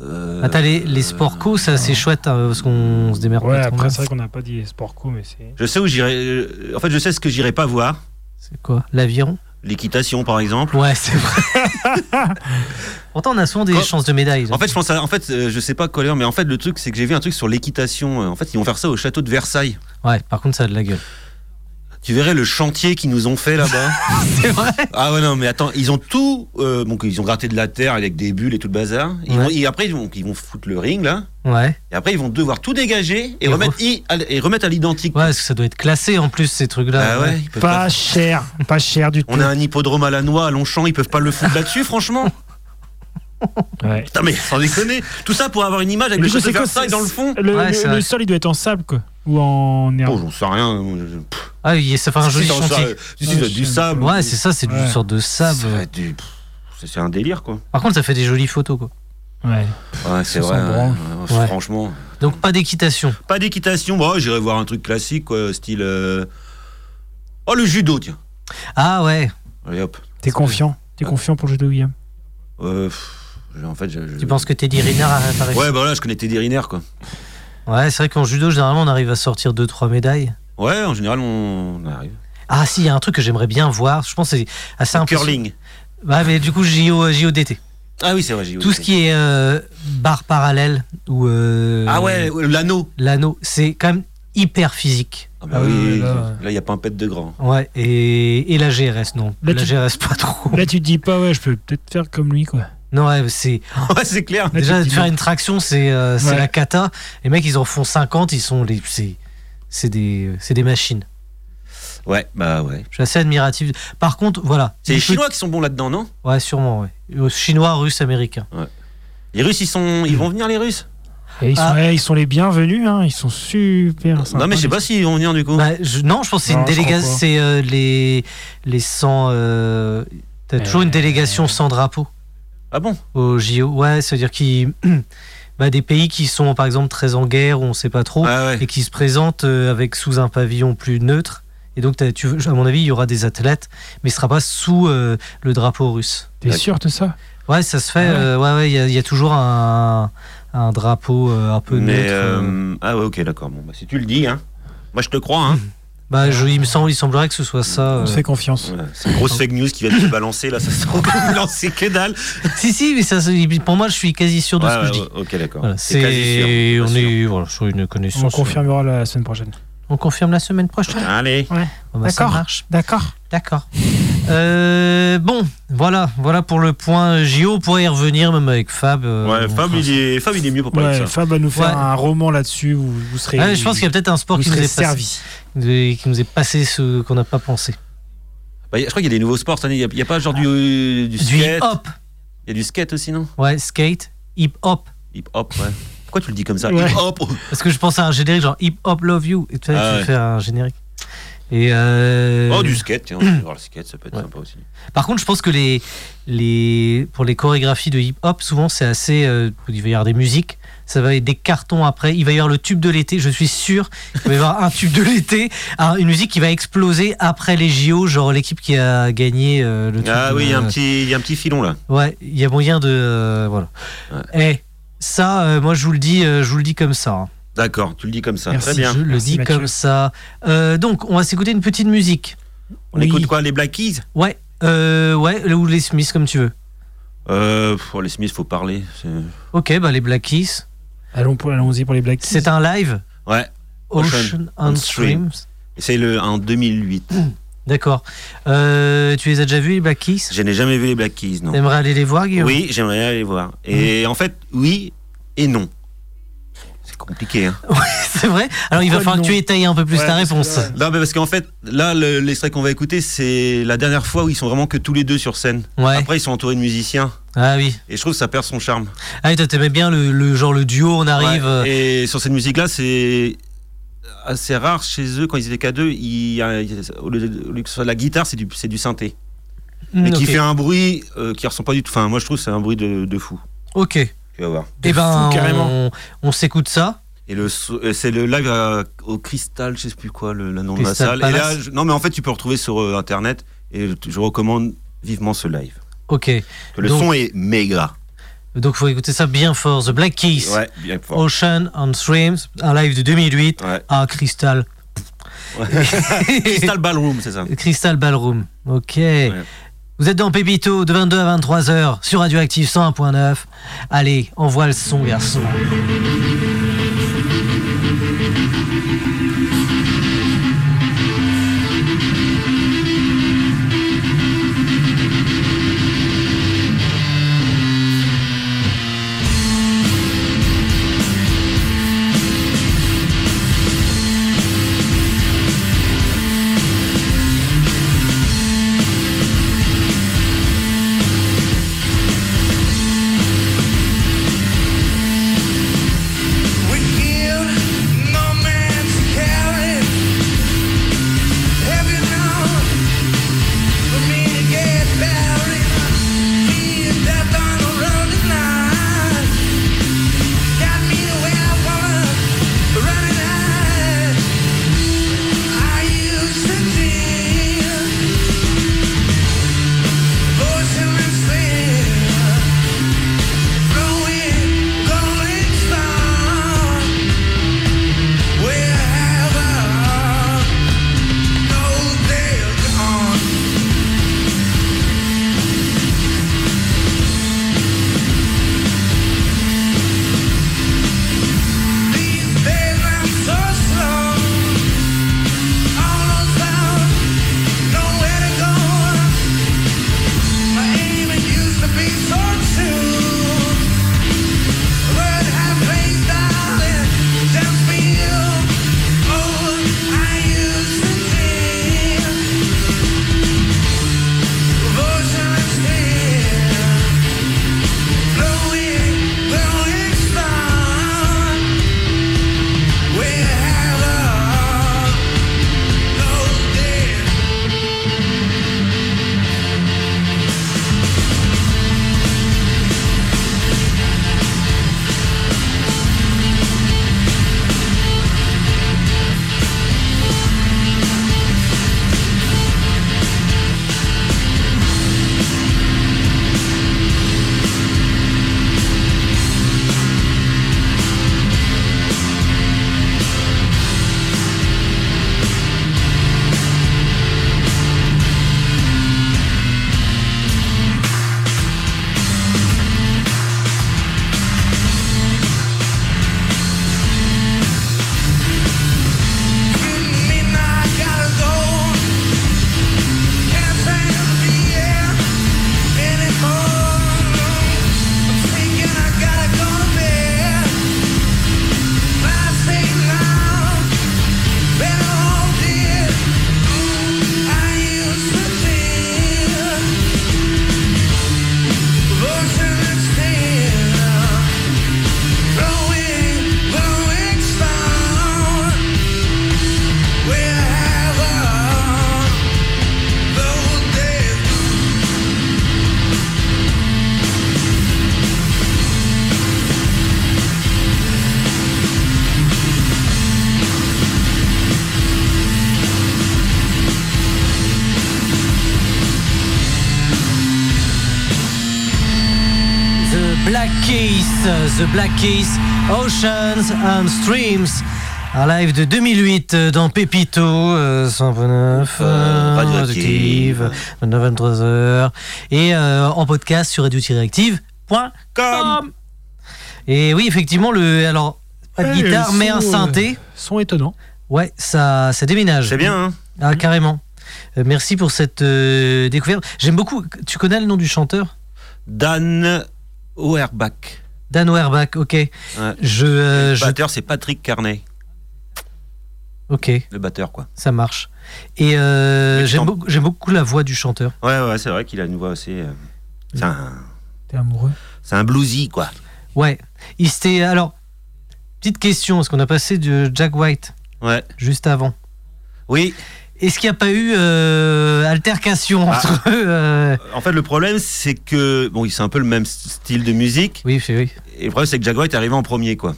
Speaker 2: Euh,
Speaker 1: Ah, t'as les, les sports co, ça c'est chouette hein, parce qu'on se démerde
Speaker 3: Ouais,
Speaker 1: pas trop hein.
Speaker 3: après,
Speaker 1: mal.
Speaker 3: c'est vrai qu'on n'a pas dit sport co, mais c'est.
Speaker 2: Je sais où j'irai. euh, En fait, je sais ce que j'irai pas voir.
Speaker 1: C'est quoi L'aviron
Speaker 2: L'équitation, par exemple.
Speaker 1: Ouais, c'est vrai.
Speaker 3: [laughs]
Speaker 1: Pourtant, on a souvent des
Speaker 2: Quand-
Speaker 1: chances de médaille.
Speaker 2: En fait, je pense à- En fait, euh, je sais pas quelle heure, mais en fait, le truc, c'est que j'ai vu un truc sur l'équitation. Euh, En fait, ils vont faire ça au château de Versailles.
Speaker 1: Ouais, par contre, ça a de la gueule.
Speaker 2: Tu verrais le chantier qu'ils nous ont fait là-bas.
Speaker 1: [laughs] C'est vrai
Speaker 2: ah ouais, non, mais attends, ils ont tout. euh, donc, ils ont gratté de la terre avec des bulles et tout le bazar. Ils
Speaker 1: Ouais.
Speaker 2: vont- et après, ils vont, ils vont foutre le ring, là.
Speaker 1: Ouais.
Speaker 2: Et après, ils vont devoir tout dégager et,
Speaker 1: Et
Speaker 2: remettre, i- à l- et remettre à l'identique.
Speaker 1: Ouais, parce que ça doit être classé en plus, ces trucs-là.
Speaker 2: Ah ouais, ils peuvent
Speaker 3: Pas
Speaker 2: pas-
Speaker 3: cher, pas cher du tout.
Speaker 2: On a un hippodrome à la noix, à Longchamp, ils peuvent pas le foutre là-dessus, [laughs] franchement.
Speaker 3: Ouais.
Speaker 2: Putain, mais sans déconner. Tout ça pour avoir une image avec
Speaker 3: Mais
Speaker 2: le
Speaker 3: du coup,
Speaker 2: château de
Speaker 3: c'est quoi,
Speaker 2: Versailles
Speaker 3: c'est-
Speaker 2: dans le fond.
Speaker 3: Le,
Speaker 1: Ouais,
Speaker 3: le-
Speaker 1: c'est
Speaker 3: le
Speaker 1: vrai.
Speaker 3: sol, il doit être en sable, quoi. Ou en herbe.
Speaker 2: Bon, j'en sais rien. je- Pff,
Speaker 1: Ah oui, ça fait un joli
Speaker 2: si dans
Speaker 1: chantier.
Speaker 2: ça- euh, si, si,
Speaker 3: Ouais,
Speaker 2: ça- du
Speaker 3: je-
Speaker 2: sable.
Speaker 1: Ouais, c'est ça, c'est une
Speaker 3: Ouais.
Speaker 1: sorte de sable.
Speaker 2: Ça va être du- pff, c'est- C'est un délire, quoi.
Speaker 1: Par contre, ça fait des jolies photos, quoi.
Speaker 3: Ouais.
Speaker 2: Ouais, c'est
Speaker 3: Ça
Speaker 2: vrai.
Speaker 3: sent
Speaker 2: ouais,
Speaker 3: bon.
Speaker 2: ouais,
Speaker 1: Ouais.
Speaker 2: Franchement.
Speaker 1: Donc, pas d'équitation.
Speaker 2: Pas d'équitation. Bon, j'irai voir un truc classique, quoi, style. euh, Oh, le judo, tiens.
Speaker 1: Ah ouais,
Speaker 2: Allez, hop.
Speaker 3: T'es confiant. T'es confiant pour le jeu de William.
Speaker 2: Euh, pff, en fait, je, je-
Speaker 1: tu penses que Teddy Riner a réparé
Speaker 2: Ouais, bah là, je connais Teddy Riner, quoi.
Speaker 1: Ouais, c'est vrai qu'en judo, généralement, on arrive à sortir 2-3 médailles.
Speaker 2: Ouais, en général, on, on arrive.
Speaker 1: Ah si, il y a un truc que j'aimerais bien voir. Je pense que c'est assez impressionnant.
Speaker 2: Curling.
Speaker 1: Ouais, mais du coup, JO, JODT.
Speaker 2: Ah oui, c'est vrai, j'y
Speaker 1: Tout ce qui est euh, barre parallèle ou euh,
Speaker 2: Ah ouais, ouais, l'anneau.
Speaker 1: l'anneau, c'est quand même hyper physique.
Speaker 2: Ah bah
Speaker 3: Ah
Speaker 2: oui,
Speaker 3: ouais,
Speaker 2: oui,
Speaker 3: là,
Speaker 2: là, il n'y a pas un pète de grand.
Speaker 1: Ouais, et, et la GRS, non.
Speaker 3: Là,
Speaker 1: la
Speaker 3: tu-
Speaker 1: GRS, pas trop.
Speaker 3: Là, tu te dis pas, ouais, je peux peut-être faire comme lui, quoi.
Speaker 1: Non, [laughs] ouais, c'est.
Speaker 2: ouais, c'est clair.
Speaker 3: Là,
Speaker 1: Déjà,
Speaker 3: tu te dis
Speaker 1: faire
Speaker 3: non.
Speaker 1: une traction, c'est euh, c'est
Speaker 3: Ouais.
Speaker 1: la cata. Les mecs, ils en font 50, ils sont les. C'est c'est des, c'est des machines.
Speaker 2: Ouais, bah ouais.
Speaker 1: Je suis assez admiratif. Par contre, voilà.
Speaker 2: C'est
Speaker 1: Les
Speaker 2: les Chinois qui sont bons là-dedans, non
Speaker 1: petits- Ouais, sûrement, ouais. Chinois, russe, américain.
Speaker 2: Les Russes, ils sont, ils vont venir les Russes
Speaker 3: Et ils sont,
Speaker 1: Ah.
Speaker 3: eh, ils sont les bienvenus, hein. Ils sont super sympas.
Speaker 2: Non, mais je sais pas s'ils vont venir du coup.
Speaker 1: Bah, je- non, je pense que c'est une
Speaker 3: Non, je crois
Speaker 1: délégation.
Speaker 3: pas.
Speaker 1: C'est euh, les, les 100. euh, T'as
Speaker 3: Euh,
Speaker 1: toujours une délégation sans drapeau
Speaker 2: Ah bon
Speaker 1: au JO. Ouais, c'est-à-dire qu'ils. [clears throat] bah, des pays qui sont, par exemple, très en guerre, où on sait pas trop.
Speaker 2: Ah ouais.
Speaker 1: et qui se présente euh, avec sous un pavillon plus neutre. Et donc, t'as- tu, à mon avis, il y aura des athlètes, mais ce sera pas sous euh, le drapeau russe.
Speaker 3: T'es sûr de ça
Speaker 1: Ouais, ça se fait.
Speaker 3: Ah ouais.
Speaker 1: euh, ouais, ouais, il y, a- il y a toujours un, un drapeau euh, un peu
Speaker 2: Mais
Speaker 1: neutre. euh.
Speaker 2: euh, ah ouais, ok, d'accord. Bon, bah, si tu le dis, hein. Moi, je te crois,
Speaker 1: [laughs]
Speaker 2: hein.
Speaker 1: Bah, je- il me semble, il semblerait que ce soit ça. euh.
Speaker 3: On se fait confiance.
Speaker 2: Ouais, c'est une grosse fake news qui vient de se balancer là. Ça se trouve, non, c'est que dalle.
Speaker 1: [laughs] si, si, mais ça, c'est- pour moi, je suis quasi sûr de
Speaker 2: Ouais,
Speaker 1: ce que
Speaker 2: ouais,
Speaker 1: je dis.
Speaker 2: ouais, ok, d'accord.
Speaker 1: Voilà,
Speaker 2: C'est quasi sûr,
Speaker 1: c'est,
Speaker 2: pas
Speaker 1: on
Speaker 2: sûr.
Speaker 1: est voilà, sur une connaissance. euh,
Speaker 3: On confirmera la semaine prochaine.
Speaker 1: On confirme la semaine prochaine.
Speaker 2: Allez.
Speaker 1: Bon, bah, ça
Speaker 3: D'accord.
Speaker 1: marche.
Speaker 3: D'accord.
Speaker 1: D'accord. Euh, bon, voilà, voilà pour le point JO. On pourrait y revenir même avec Fab. euh,
Speaker 2: Ouais,
Speaker 1: on
Speaker 2: Fab,
Speaker 1: fera
Speaker 2: il est, Fab, il est mieux pour parler
Speaker 3: Ouais,
Speaker 2: de ça.
Speaker 3: Fab va nous faire
Speaker 1: Ouais.
Speaker 3: un roman là-dessus où vous serez.
Speaker 1: Ouais, je pense qu'il y a peut-être un sport
Speaker 3: vous
Speaker 1: qui nous,
Speaker 3: serez
Speaker 1: est passé,
Speaker 3: servi.
Speaker 1: de- qui nous est passé ce qu'on n'a pas pensé.
Speaker 2: Bah, y a- je crois qu'il y a des nouveaux sports cette année. Il n'y a, pas genre du, du
Speaker 1: Du
Speaker 2: skate.
Speaker 1: hip-hop,
Speaker 2: Il y a du skate aussi, non
Speaker 1: ouais, skate, hip-hop.
Speaker 2: Hip-hop, ouais. Pourquoi tu le dis comme ça
Speaker 3: Ouais.
Speaker 2: Hip-hop
Speaker 1: Parce que je pensais à un générique genre hip-hop love you. Et tu vois,
Speaker 2: Ah
Speaker 1: tu
Speaker 2: ouais.
Speaker 1: fais un générique. Et euh,
Speaker 2: Oh, du skate, tiens, on va voir le skate, ça peut être
Speaker 1: Ouais.
Speaker 2: sympa aussi.
Speaker 1: Par contre, je pense que les, les, pour les chorégraphies de hip-hop, souvent c'est assez. euh, il va y avoir des musiques, ça va y avoir des cartons après, il va y avoir le tube de l'été, je suis sûr. Il va y avoir un tube de l'été, un- une musique qui va exploser après les JO, genre l'équipe qui a gagné euh, le truc
Speaker 2: Ah
Speaker 1: de-
Speaker 2: oui, il y a un petit, il y a un petit filon là.
Speaker 1: Ouais, il y a moyen de. euh, voilà. Eh, ça, euh, moi je vous le dis, euh, je vous le dis comme ça. hein.
Speaker 2: D'accord, tu le dis comme ça.
Speaker 3: Merci,
Speaker 2: Très bien.
Speaker 1: Je le
Speaker 3: Merci,
Speaker 1: dis
Speaker 3: Mathieu.
Speaker 1: comme ça. Euh, donc, on va s'écouter une petite musique.
Speaker 2: On
Speaker 3: Oui.
Speaker 2: écoute quoi Les Black Keys
Speaker 1: Ouais, euh, ouais, ou les Smiths comme tu veux.
Speaker 2: euh, pff, oh, Les Smiths, faut parler. c'est-
Speaker 1: Ok, bah les Black Keys.
Speaker 3: Allons pour- Allons-y pour les Black Keys.
Speaker 1: C'est un live
Speaker 2: Ouais,
Speaker 1: Ocean and Streams.
Speaker 2: c'est le en 2008.
Speaker 1: D'accord. Euh, tu les as déjà vus, les Black Keys
Speaker 2: Je n'ai jamais vu les Black Keys, non.
Speaker 1: T'aimerais aller les voir, Guillaume
Speaker 2: Oui, j'aimerais aller voir. Et en fait, oui et non. C'est compliqué. Hein.
Speaker 1: [laughs] C'est vrai Alors, il va
Speaker 3: Pourquoi
Speaker 1: falloir que tu
Speaker 3: non
Speaker 1: étayes un peu plus
Speaker 3: Ouais,
Speaker 1: ta
Speaker 3: parce que
Speaker 1: réponse.
Speaker 3: là-
Speaker 2: Non, mais parce qu'en fait, là, le- l'extrait qu'on va écouter, c'est la dernière fois où ils sont vraiment que tous les deux sur scène.
Speaker 1: Ouais.
Speaker 2: Après, ils sont entourés de musiciens.
Speaker 1: Ah oui.
Speaker 2: Et je trouve que ça perd son charme.
Speaker 1: Ah, et toi, t'aimais bien le, le genre le duo, on arrive. euh,
Speaker 2: Et sur cette musique-là, c'est assez rare chez eux quand ils étaient qu'à deux. Il y a- il y a- au lieu de- au lieu que ce soit de la guitare, c'est du, c'est du synthé.
Speaker 1: hmm,
Speaker 2: et qui
Speaker 1: ok.
Speaker 2: fait un bruit euh, qui ressemble pas du tout. Enfin, moi, je trouve que c'est un bruit de, de fou.
Speaker 1: Ok.
Speaker 2: Tu vas voir.
Speaker 1: Eh ben,
Speaker 3: fou, carrément.
Speaker 1: on, on s'écoute ça.
Speaker 2: Et le so- euh, c'est le live à- au Crystal, je sais plus quoi, le, le nom de la
Speaker 1: Crystal
Speaker 2: salle. Et
Speaker 1: Palace.
Speaker 2: là, je- non, mais en fait, tu peux retrouver sur euh, internet. Et je- je recommande vivement ce live.
Speaker 1: Ok.
Speaker 2: Le
Speaker 1: Donc-
Speaker 2: son est méga.
Speaker 1: Donc, faut écouter ça bien fort. The Black Keys.
Speaker 2: Ouais, bien
Speaker 1: Oh,
Speaker 2: fort.
Speaker 1: Ocean and Streams, un live de 2008
Speaker 2: Ouais.
Speaker 1: à Crystal.
Speaker 2: [laughs]
Speaker 1: [laughs]
Speaker 2: Crystal Ballroom, c'est ça.
Speaker 1: Crystal Ballroom. Ok. Vous êtes dans Pépito de 22 à 23h sur Radioactive 101.9. Allez, envoie le son, garçon.
Speaker 7: Wicked, no man's carried.
Speaker 1: Keys, The Black Keys, Oceans and Streams. Un live de 2008 euh, dans Pépito, euh, 129,
Speaker 2: Euh,
Speaker 1: euh,
Speaker 2: radioactive.
Speaker 1: radioactive, 29, 23h, et euh, en podcast sur radio-active.com.
Speaker 2: Comme
Speaker 1: Et oui, effectivement, le, alors, pas de
Speaker 3: Ouais,
Speaker 1: guitare,
Speaker 3: le
Speaker 1: mais
Speaker 3: son,
Speaker 1: un
Speaker 3: euh,
Speaker 1: synthé.
Speaker 3: Sont étonnants.
Speaker 1: Ouais, ça, ça déménage.
Speaker 2: C'est bien, hein
Speaker 1: Ah, carrément. Euh, merci pour cette euh, découverte. J'aime beaucoup. Tu connais le nom du chanteur
Speaker 2: Dan Auerbach.
Speaker 1: Dan Werbach, ok. Je, euh,
Speaker 2: Le
Speaker 1: je-
Speaker 2: batteur, c'est Patrick Carney,
Speaker 1: Ok,
Speaker 2: le batteur, quoi.
Speaker 1: ça marche. Et euh,
Speaker 2: Mais tu
Speaker 1: j'aime
Speaker 2: t'en-
Speaker 1: beaucoup, j'aime beaucoup la voix du chanteur.
Speaker 2: Ouais, ouais, c'est vrai qu'il a une voix assez. euh, c'est un,
Speaker 3: T'es amoureux.
Speaker 2: c'est un bluesy, quoi.
Speaker 1: Ouais. Il s'était. Alors, petite question, parce qu'on a passé de Jack White
Speaker 2: Ouais.
Speaker 1: juste avant.
Speaker 2: Oui,
Speaker 1: Est-ce qu'il n'y a pas eu euh, altercation
Speaker 2: Ah.
Speaker 1: entre eux euh,
Speaker 2: en fait, le problème, c'est que. Bon, c'est un peu le même style de musique.
Speaker 1: Oui, c'est oui.
Speaker 2: Et le problème, c'est que Jaguar est arrivé en premier, quoi.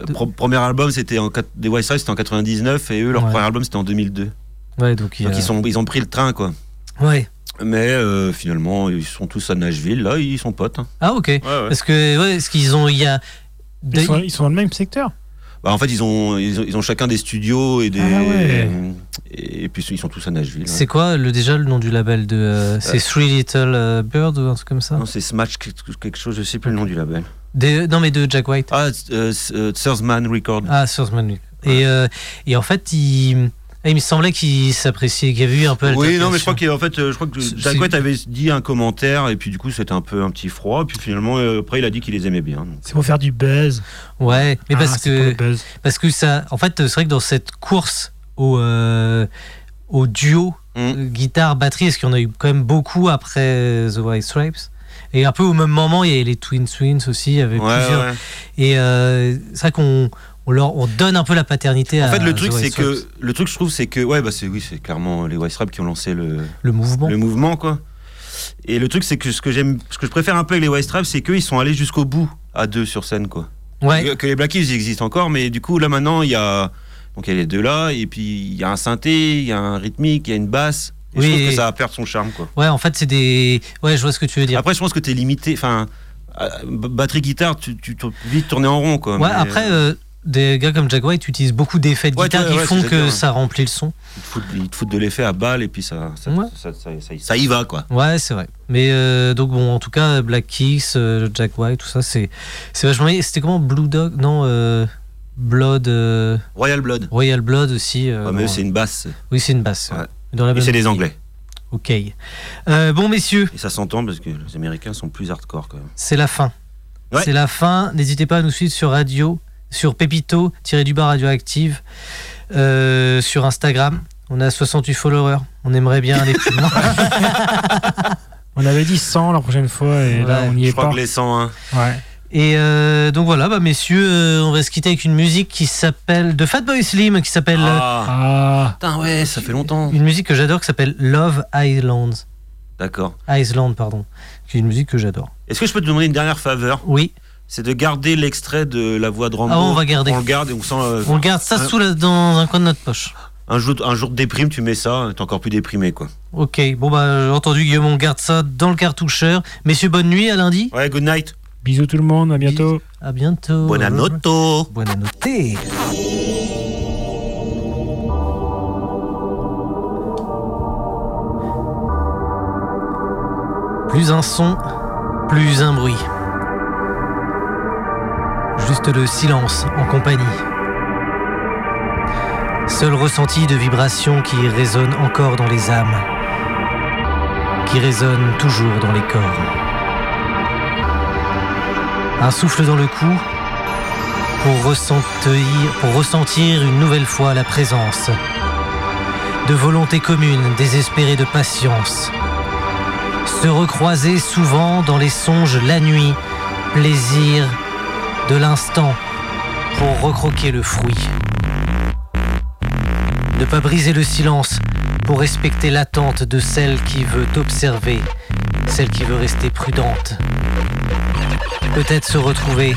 Speaker 2: Euh, pro- premier album, c'était en. quat- Des White Stripes, c'était en 99, et eux, leur
Speaker 1: Ouais. euh,
Speaker 2: premier album, c'était en 2002.
Speaker 1: Ouais, donc, il y a-
Speaker 2: Donc, ils, sont, ils ont pris le train, quoi.
Speaker 1: Ouais.
Speaker 2: Mais euh, finalement, ils sont tous à Nashville, là, ils sont potes. hein.
Speaker 1: Ah, ok.
Speaker 2: Ouais, ouais.
Speaker 1: Parce que, ouais, ce qu'ils ont. Il y a.
Speaker 3: Ils sont, ils sont dans le même secteur.
Speaker 2: Bah, en fait, ils ont, ils, ont, ils ont chacun des studios et des.
Speaker 3: Ah ouais.
Speaker 2: et, et puis ils sont tous à Nashville. ouais.
Speaker 1: C'est quoi le, déjà le nom du label de euh, C'est Three Little euh, Bird ou un truc comme ça
Speaker 2: hein. Non, c'est Smash quelque quelque chose, je sais plus le nom du label.
Speaker 1: Des- euh, Non mais de Jack White.
Speaker 2: Ah, euh, s- euh, Thursman Record.
Speaker 1: Ah, Swordsman. Luke. Et, euh, et en fait, il, ah, il me semblait qu'il s'appréciait, qu'il y avait eu un peu
Speaker 2: oui, non, mais
Speaker 1: altercation.
Speaker 2: je crois qu'il- en fait, euh, je crois que
Speaker 1: C'est-
Speaker 2: Jack White avait dit un commentaire et puis du coup c'était un peu un petit froid. Puis finalement euh, après il a dit qu'il les aimait bien. donc.
Speaker 3: C'est pour faire du buzz.
Speaker 1: Ouais, mais
Speaker 3: Ah,
Speaker 1: parce,
Speaker 3: c'est pour le
Speaker 1: que,
Speaker 3: buzz.
Speaker 1: parce que ça. En fait, c'est vrai que dans cette course au, euh, au duo euh,
Speaker 2: Mm.
Speaker 1: guitare-batterie, parce qu'il y en a eu quand même beaucoup après euh, The White Stripes. Et un peu au même moment, il y avait les Twin Twins aussi, il y avait
Speaker 2: Ouais,
Speaker 1: plusieurs.
Speaker 2: ouais.
Speaker 1: Et euh, c'est vrai qu'on on leur on donne un peu la paternité à.
Speaker 2: En fait, le
Speaker 1: The
Speaker 2: truc
Speaker 1: White
Speaker 2: c'est
Speaker 1: Stripes.
Speaker 2: que le truc je trouve c'est que ouais bah c'est oui c'est clairement les White Stripes qui ont lancé le,
Speaker 1: Le mouvement.
Speaker 2: le mouvement quoi. Et le truc c'est que ce que j'aime, ce que je préfère un peu avec les White Stripes, c'est qu'ils sont allés jusqu'au bout à deux sur scène quoi.
Speaker 1: Ouais,
Speaker 2: Que- que les Black Keys ils existent encore, mais du coup là maintenant il y a donc il y a les deux là et puis il y a un synthé, il y a un rythmique, il y a une basse. Et
Speaker 1: Oui,
Speaker 2: je trouve
Speaker 1: et-
Speaker 2: que ça va perdre son charme quoi.
Speaker 1: ouais, en fait, c'est des. Ouais, je vois ce que tu veux dire.
Speaker 2: Après je pense que t'es limité, enfin euh, b- batterie guitare tu, tu, tu- vite tourner en rond quoi.
Speaker 1: Ouais,
Speaker 2: mais,
Speaker 1: après,
Speaker 2: euh,
Speaker 1: euh, des gars comme Jack White utilisent beaucoup d'effets de
Speaker 2: Ouais,
Speaker 1: guitare
Speaker 2: ouais,
Speaker 1: qui
Speaker 2: ouais,
Speaker 1: font
Speaker 2: c'est ça,
Speaker 1: que
Speaker 2: ouais.
Speaker 1: ça remplit le son.
Speaker 2: ils, te foutent, ils te foutent de l'effet à balle et puis ça ça,
Speaker 1: Ouais.
Speaker 2: ça, ça- ça- ça y va quoi.
Speaker 1: Ouais, c'est vrai. Mais euh, donc, bon, en tout cas, Black Kicks, euh, Jack White, tout ça, c'est c'est vachement. bien. C'était comment Blue Dog Non, euh, Blood, euh,
Speaker 2: Royal Blood.
Speaker 1: Royal Blood aussi. euh, bah,
Speaker 2: Ouais, Ah, mais eux,
Speaker 1: bon,
Speaker 2: c'est une basse
Speaker 1: Oui, c'est une basse.
Speaker 2: Ouais.
Speaker 1: Dans la
Speaker 2: et
Speaker 1: même-
Speaker 2: c'est des Anglais
Speaker 1: Ok. Euh, bon, messieurs,
Speaker 2: et ça s'entend parce que les Américains sont plus hardcore quand même.
Speaker 1: c'est la fin.
Speaker 2: Ouais.
Speaker 1: C'est la fin. N'hésitez pas à nous suivre sur radio, sur Pépito, tiré du bar radioactive, euh, sur Instagram. On a 68 followers. On aimerait bien aller plus
Speaker 2: [laughs]
Speaker 1: loin.
Speaker 3: On avait dit 100 la prochaine fois et là
Speaker 1: Ouais.
Speaker 3: on n'y
Speaker 2: Je
Speaker 3: est
Speaker 2: crois
Speaker 3: pas.
Speaker 2: que les 101.
Speaker 3: Ouais.
Speaker 1: Et euh, donc voilà, bah messieurs, euh, on va se quitter avec une musique qui s'appelle de Fatboy Slim, qui s'appelle euh,
Speaker 2: Ah,
Speaker 3: Ah,
Speaker 2: putain ouais ça fait longtemps.
Speaker 1: une musique que j'adore, qui s'appelle Love Island,
Speaker 2: D'accord.
Speaker 1: Island pardon, qui est une musique que j'adore.
Speaker 2: Est-ce que je peux te demander une dernière faveur?
Speaker 1: Oui,
Speaker 2: c'est de garder l'extrait de la voix de Rambo.
Speaker 1: Ah, on va garder.
Speaker 2: On le garde et on sent. euh,
Speaker 1: on garde ça
Speaker 2: un-
Speaker 1: sous la, dans un coin de notre poche.
Speaker 2: un, jour, un jour de déprime, tu mets ça, t'es encore plus déprimé, quoi.
Speaker 1: Ok, bon bah j'ai entendu Guillaume, on garde ça dans le cartoucheur. Messieurs, bonne nuit, à lundi.
Speaker 2: Ouais, good night.
Speaker 3: bisous tout le monde, à bientôt.
Speaker 1: À bientôt.
Speaker 2: Buona notte.
Speaker 1: Buona notte. Plus un son, plus un bruit. Juste le silence en compagnie. Seul ressenti de vibrations qui résonnent encore dans les âmes, qui résonnent toujours dans les corps. Un souffle dans le cou, pour ressentir, pour ressentir une nouvelle fois la présence de volonté commune, désespérée de patience. Se recroiser souvent dans les songes la nuit, plaisir de l'instant pour recroquer le fruit. Ne pas briser le silence pour respecter l'attente de celle qui veut observer, celle qui veut rester prudente. Peut-être se retrouver